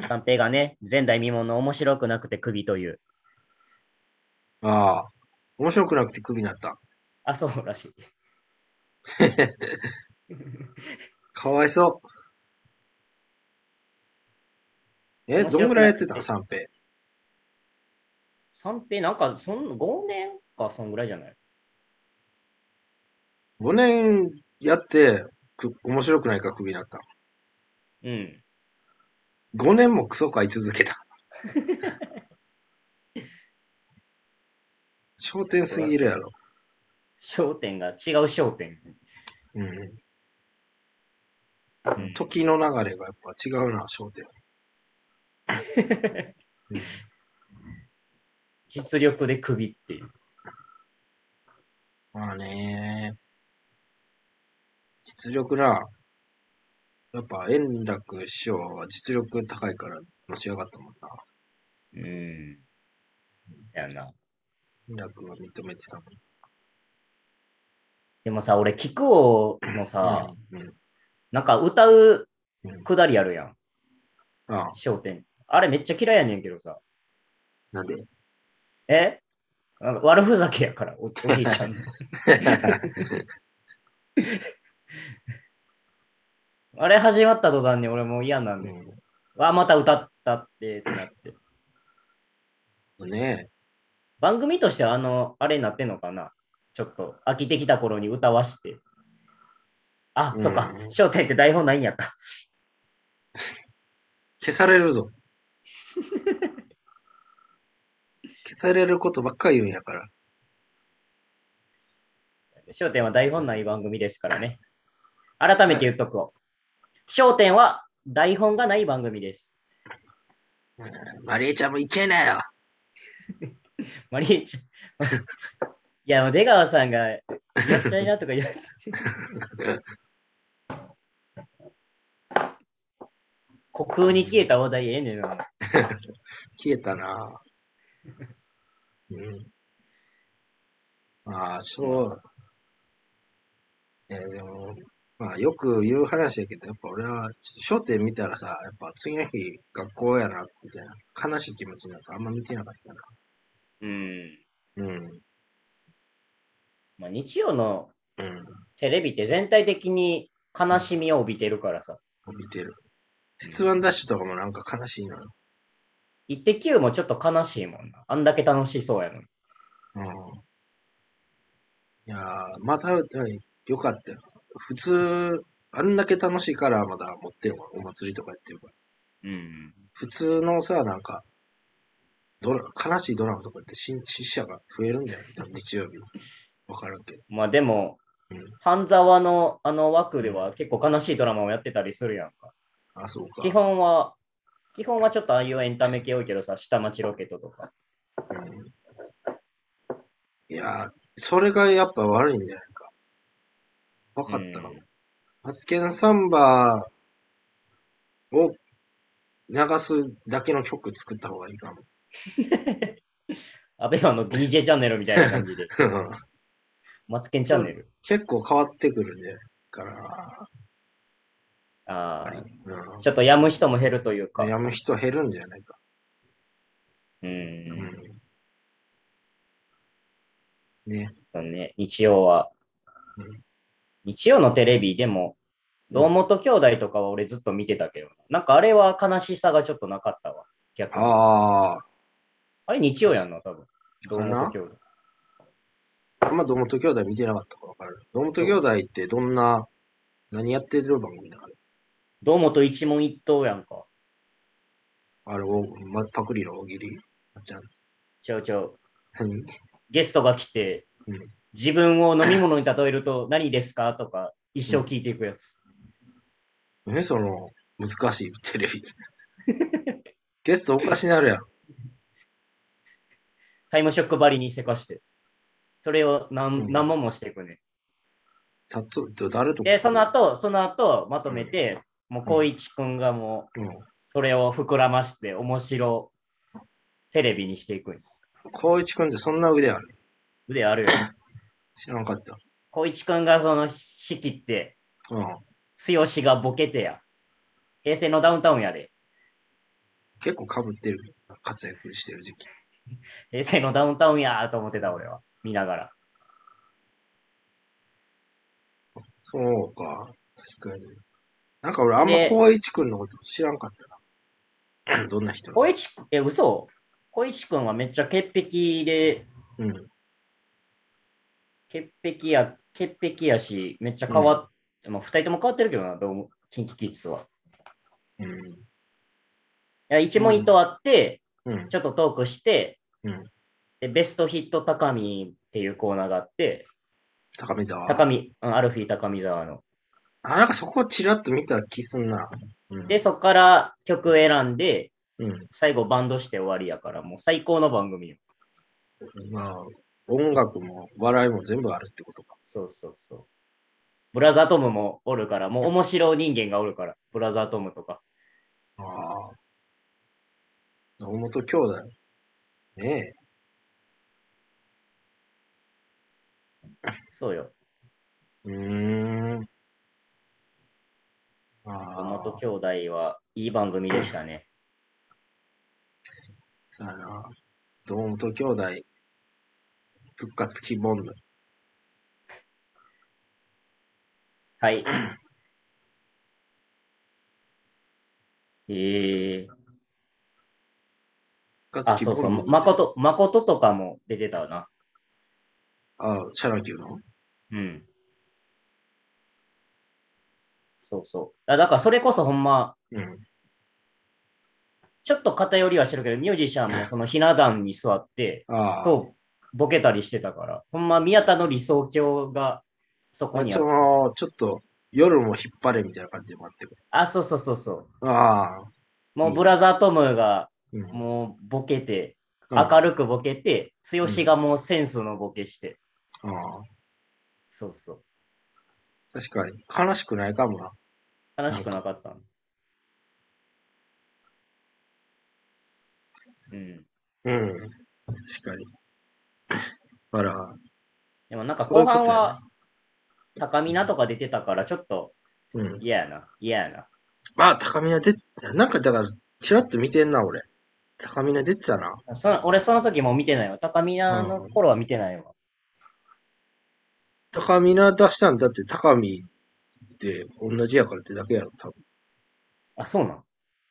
[SPEAKER 3] カ。
[SPEAKER 4] 三平がね、前代未聞の面白くなくて首という。
[SPEAKER 3] ああ、面白くなくてクビになった。
[SPEAKER 4] あ、そうらしい。
[SPEAKER 3] かわいそう。え、
[SPEAKER 4] 面白くなくて
[SPEAKER 3] どんぐらいやってたの三平。
[SPEAKER 4] 三平、なんか、そん5年か、そんぐらいじゃない
[SPEAKER 3] 5年やって、く面白くないからクビになった。
[SPEAKER 4] うん。
[SPEAKER 3] 5年もクソ買い続 けた。焦点すぎるやろ。
[SPEAKER 4] 焦点が違う焦点。
[SPEAKER 3] うんうん。
[SPEAKER 4] うん
[SPEAKER 3] 時の流れがやっぱ違うな、焦点。
[SPEAKER 4] 実力で首っていう。
[SPEAKER 3] まあね。実力な。やっぱ円楽師匠は実力高いからのし上がったもんな。
[SPEAKER 4] うん。やな。
[SPEAKER 3] 円楽は認めてたもん。
[SPEAKER 4] でもさ、俺、聞くをもさ、
[SPEAKER 3] うんうん
[SPEAKER 4] なんか歌うくだりあるやん、
[SPEAKER 3] ああ、
[SPEAKER 4] 焦点。あれめっちゃ嫌いやねんけどさ。
[SPEAKER 3] なんで
[SPEAKER 4] えなんか悪ふざけやから、おおじいちゃ んの。あれ始まった途端に俺もう嫌なん
[SPEAKER 3] う
[SPEAKER 4] で、
[SPEAKER 3] ん
[SPEAKER 4] わあ、また歌ったってってなって。
[SPEAKER 3] ね
[SPEAKER 4] 番組としてはあの、あれになってんのかなちょっと飽きてきた頃に歌わして。あ、
[SPEAKER 3] うん
[SPEAKER 4] そっか、焦点って台本ないんやった。
[SPEAKER 3] 消される ぞ。消されることばっかり言うんやから。
[SPEAKER 4] 焦点は台本ない番組ですからね。改めて言っとくを。焦点は台本がない番組です。
[SPEAKER 3] マリエちゃんも言っちゃいなよ。
[SPEAKER 4] マリエちゃん。いや、もう出川さんが、やっちゃいなとか言って。虚空に消えた話題ええねんな。
[SPEAKER 3] 消えたな。うん。まあ、そう。えーでも、まあ、よく言う話やけど、やっぱ俺は、商店見たらさ、やっぱ次の日、学校やな、みたいな、悲しい気持ちなんかあんま見てなかった
[SPEAKER 4] うん。
[SPEAKER 3] な。うん。
[SPEAKER 4] まあ、日曜の
[SPEAKER 3] うん。
[SPEAKER 4] テレビって全体的に悲しみを帯びてるからさ。
[SPEAKER 3] 見てる。鉄腕ダッシュとかもなんか悲しいのよ。
[SPEAKER 4] 一滴もちょっと悲しいもんな。あんだけ楽しそうやのに。
[SPEAKER 3] うん。いやー、また、うんよかったよ。普通、あんだけ楽しいからまだ持ってるもん。お祭りとかやってるから。
[SPEAKER 4] うん。
[SPEAKER 3] 普通のさ、なんか、ドラ悲しいドラマとかって死死者が増えるんだよ、多分日曜日。わからんけど。
[SPEAKER 4] まあでも
[SPEAKER 3] うん、
[SPEAKER 4] 半沢のあの枠では結構悲しいドラマをやってたりするやんか。
[SPEAKER 3] あ、そうか。
[SPEAKER 4] 基本は、基本はちょっとああいうエンタメ系多いけどさ、下町ロケットとか。
[SPEAKER 3] うんいやー、それがやっぱ悪いんじゃないか。わかったの
[SPEAKER 4] うん。
[SPEAKER 3] マツケンサンバを流すだけの曲作った方がいいかも。
[SPEAKER 4] アベマの DJ チャンネルみたいな感 じで。マツケンチャンネル。
[SPEAKER 3] 結構変わってくるんじゃないかな。
[SPEAKER 4] ああ。
[SPEAKER 3] う
[SPEAKER 4] ちょっとやむ人も減るというか
[SPEAKER 3] ん、。やむ人減るんじゃないか。
[SPEAKER 4] う。
[SPEAKER 3] うんんね。
[SPEAKER 4] そうね、日曜は
[SPEAKER 3] うん。
[SPEAKER 4] 日曜のテレビでも、堂本兄弟とかは俺ずっと見てたけど、なんかあれは悲しさがちょっとなかったわ。逆に。あ
[SPEAKER 3] あ
[SPEAKER 4] れ日曜やんの多分。堂本兄弟。
[SPEAKER 3] あ、あんま堂本兄弟見てなかったから分からない。堂本兄弟ってどんな、何やってる番組なの
[SPEAKER 4] 堂本一問一答やんか。
[SPEAKER 3] あれを、ま、パクリの大喜利あっちゃん。
[SPEAKER 4] ちょうちょう。
[SPEAKER 3] 何
[SPEAKER 4] ゲストが来て、
[SPEAKER 3] うん
[SPEAKER 4] 自分を飲み物に例え ると何ですかとか、一生聞いていくやつ。
[SPEAKER 3] 何その、難しいテレビ。ゲストおかしなるやん。
[SPEAKER 4] タイムショックばりにせかして。それを何,、
[SPEAKER 3] うん
[SPEAKER 4] 何問もしていくね。
[SPEAKER 3] たと、誰とか。
[SPEAKER 4] で、その後、その後、まとめて、もう、光一くんがもう、
[SPEAKER 3] うん。
[SPEAKER 4] それを膨らまして、面白、テレビにしていくんよ。
[SPEAKER 3] 光一くんってそんな腕ある
[SPEAKER 4] 腕あるよ。
[SPEAKER 3] 知らんかった。
[SPEAKER 4] 光一くんがその、仕切って、
[SPEAKER 3] うん。
[SPEAKER 4] 剛がボケてや。平成のダウンタウンやで。
[SPEAKER 3] 結構かぶってる。活躍してる時期。
[SPEAKER 4] 平成のダウンタウンやーと思ってた、俺は。見ながら。
[SPEAKER 3] そうか。確かに。なんか俺あんま
[SPEAKER 4] で
[SPEAKER 3] 光一くんのこと知らんかったな。どんな人なの
[SPEAKER 4] 小一くん、え、嘘小一くんはめっちゃ潔癖で、
[SPEAKER 3] うん。
[SPEAKER 4] 潔癖や、潔癖やし、めっちゃ変わっ、まあ二人とも変わってるけどな、どうも、キンキキッズは。
[SPEAKER 3] うん。
[SPEAKER 4] いや一問一答あって、
[SPEAKER 3] うん。
[SPEAKER 4] ちょっとトークして、
[SPEAKER 3] うん
[SPEAKER 4] で、ベストヒット高見っていうコーナーがあって、
[SPEAKER 3] 高見沢。
[SPEAKER 4] 高見、うん、アルフィー高見沢の。
[SPEAKER 3] あ、なんかそこちらっと見た気すんな。うん。
[SPEAKER 4] で、そこから曲選んで、
[SPEAKER 3] うん。
[SPEAKER 4] 最後バンドして終わりやから、もう最高の番組よ。
[SPEAKER 3] まあ、音楽も笑いも全部あるってことか。
[SPEAKER 4] そうそうそう。ブラザートムもおるから、もう面白い人間がおるから、ブラザートムとか。
[SPEAKER 3] ああ。大本兄弟。ね
[SPEAKER 4] そうよ。
[SPEAKER 3] え。うーん。あ
[SPEAKER 4] 岡
[SPEAKER 3] あ
[SPEAKER 4] 本。兄弟はいい番組でしたね。
[SPEAKER 3] そうやな。堂本兄弟、復活希望の。
[SPEAKER 4] はい。えー、
[SPEAKER 3] 復活
[SPEAKER 4] あ、
[SPEAKER 3] 希
[SPEAKER 4] そ
[SPEAKER 3] 望
[SPEAKER 4] うそう、
[SPEAKER 3] の。
[SPEAKER 4] 誠、誠とかも出てたな。
[SPEAKER 3] ああ、シャラキューの。
[SPEAKER 4] うん。そうそう。あだからそれこそほんま、
[SPEAKER 3] うん。
[SPEAKER 4] ちょっと偏りはしてるけど、ミュージシャンもそのひな壇に座って、
[SPEAKER 3] ああ。
[SPEAKER 4] と、ボケたりしてたから、ほんま宮田の理想郷がそこ
[SPEAKER 3] あ
[SPEAKER 4] にあ
[SPEAKER 3] そ
[SPEAKER 4] る。
[SPEAKER 3] の、ちょっと、夜も引っ張れみたいな感じで待ってく
[SPEAKER 4] あ、そうそうそうそう。
[SPEAKER 3] る。ああ。
[SPEAKER 4] もうブラザートムが
[SPEAKER 3] うん
[SPEAKER 4] もうボケて、
[SPEAKER 3] うん
[SPEAKER 4] 明るくボケて、剛がもうセンスのボケして。
[SPEAKER 3] ああ。
[SPEAKER 4] そうそう。
[SPEAKER 3] 確かに。悲しくないかもな。
[SPEAKER 4] 悲しくなかったの。うん。
[SPEAKER 3] うん。確かに。あら、
[SPEAKER 4] でもなんか
[SPEAKER 3] そうい
[SPEAKER 4] 後
[SPEAKER 3] うことやね
[SPEAKER 4] 半は、高見菜とか出てたから、ちょっと
[SPEAKER 3] うん。
[SPEAKER 4] 嫌やな。嫌やな。
[SPEAKER 3] まあ、高見な出て、なんかだから、ちらっと見てんな、俺。高見な出てたな。
[SPEAKER 4] その俺、その時もう見てないわ。高見菜の頃は見てないわ。
[SPEAKER 3] 高見な出したんだって、高見って同じやからってだけやろ、多分。
[SPEAKER 4] あ、そうなん。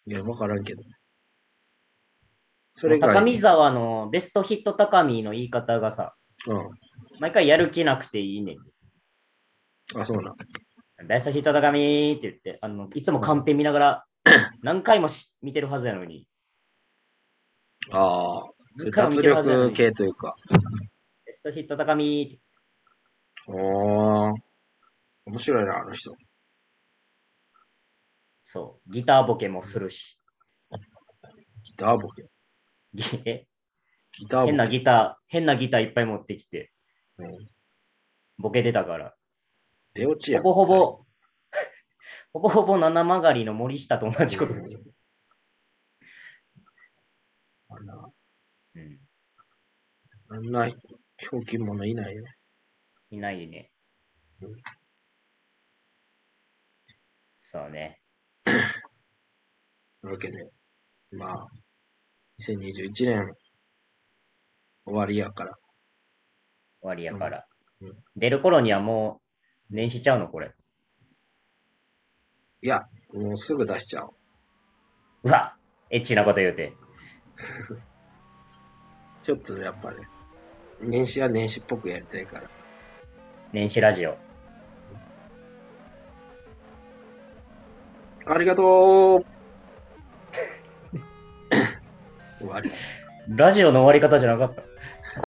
[SPEAKER 3] いや、わからんけど。それが、
[SPEAKER 4] 高見沢のベストヒット高見の言い方がさ、
[SPEAKER 3] う
[SPEAKER 4] 毎回やる気なくていいねん。
[SPEAKER 3] ん。あ、そうな。
[SPEAKER 4] ベストヒット高見って言って、あのいつもカンペ見な がら、何回もし見てるはずやのに、
[SPEAKER 3] ああ。それ
[SPEAKER 4] ずっと見
[SPEAKER 3] 脱
[SPEAKER 4] てるはずやの
[SPEAKER 3] 力
[SPEAKER 4] に
[SPEAKER 3] 系というか。
[SPEAKER 4] ベストヒット高見って
[SPEAKER 3] おー。面白いな、あの人。
[SPEAKER 4] そう、ギターボケもするし、
[SPEAKER 3] ギターボケ。
[SPEAKER 4] ぎえ
[SPEAKER 3] ギターボケ。
[SPEAKER 4] 変なギター、変なギターいっぱい持ってきて、
[SPEAKER 3] うん
[SPEAKER 4] ボケてたから、
[SPEAKER 3] 出落ちやん。
[SPEAKER 4] ほぼほぼ、 ほぼほぼ七曲がりの森下と同じことです。
[SPEAKER 3] あんな、
[SPEAKER 4] うん
[SPEAKER 3] あんな、ひょうきん者いないよ。
[SPEAKER 4] いないね
[SPEAKER 3] うん。
[SPEAKER 4] そうね。
[SPEAKER 3] というわけで、まあ、2021年終わりやから、
[SPEAKER 4] 終わりやから
[SPEAKER 3] うんうん。
[SPEAKER 4] 出る頃にはもう、年始ちゃうのこれ。
[SPEAKER 3] いや、もうすぐ出しちゃおう。
[SPEAKER 4] うわエッチなこと言うて。
[SPEAKER 3] ちょっとやっぱね、年始は年始っぽくやりたいから。
[SPEAKER 4] 年始ラジオ。
[SPEAKER 3] ありがとう終わり。
[SPEAKER 4] ラジオの終わり方じゃなかった。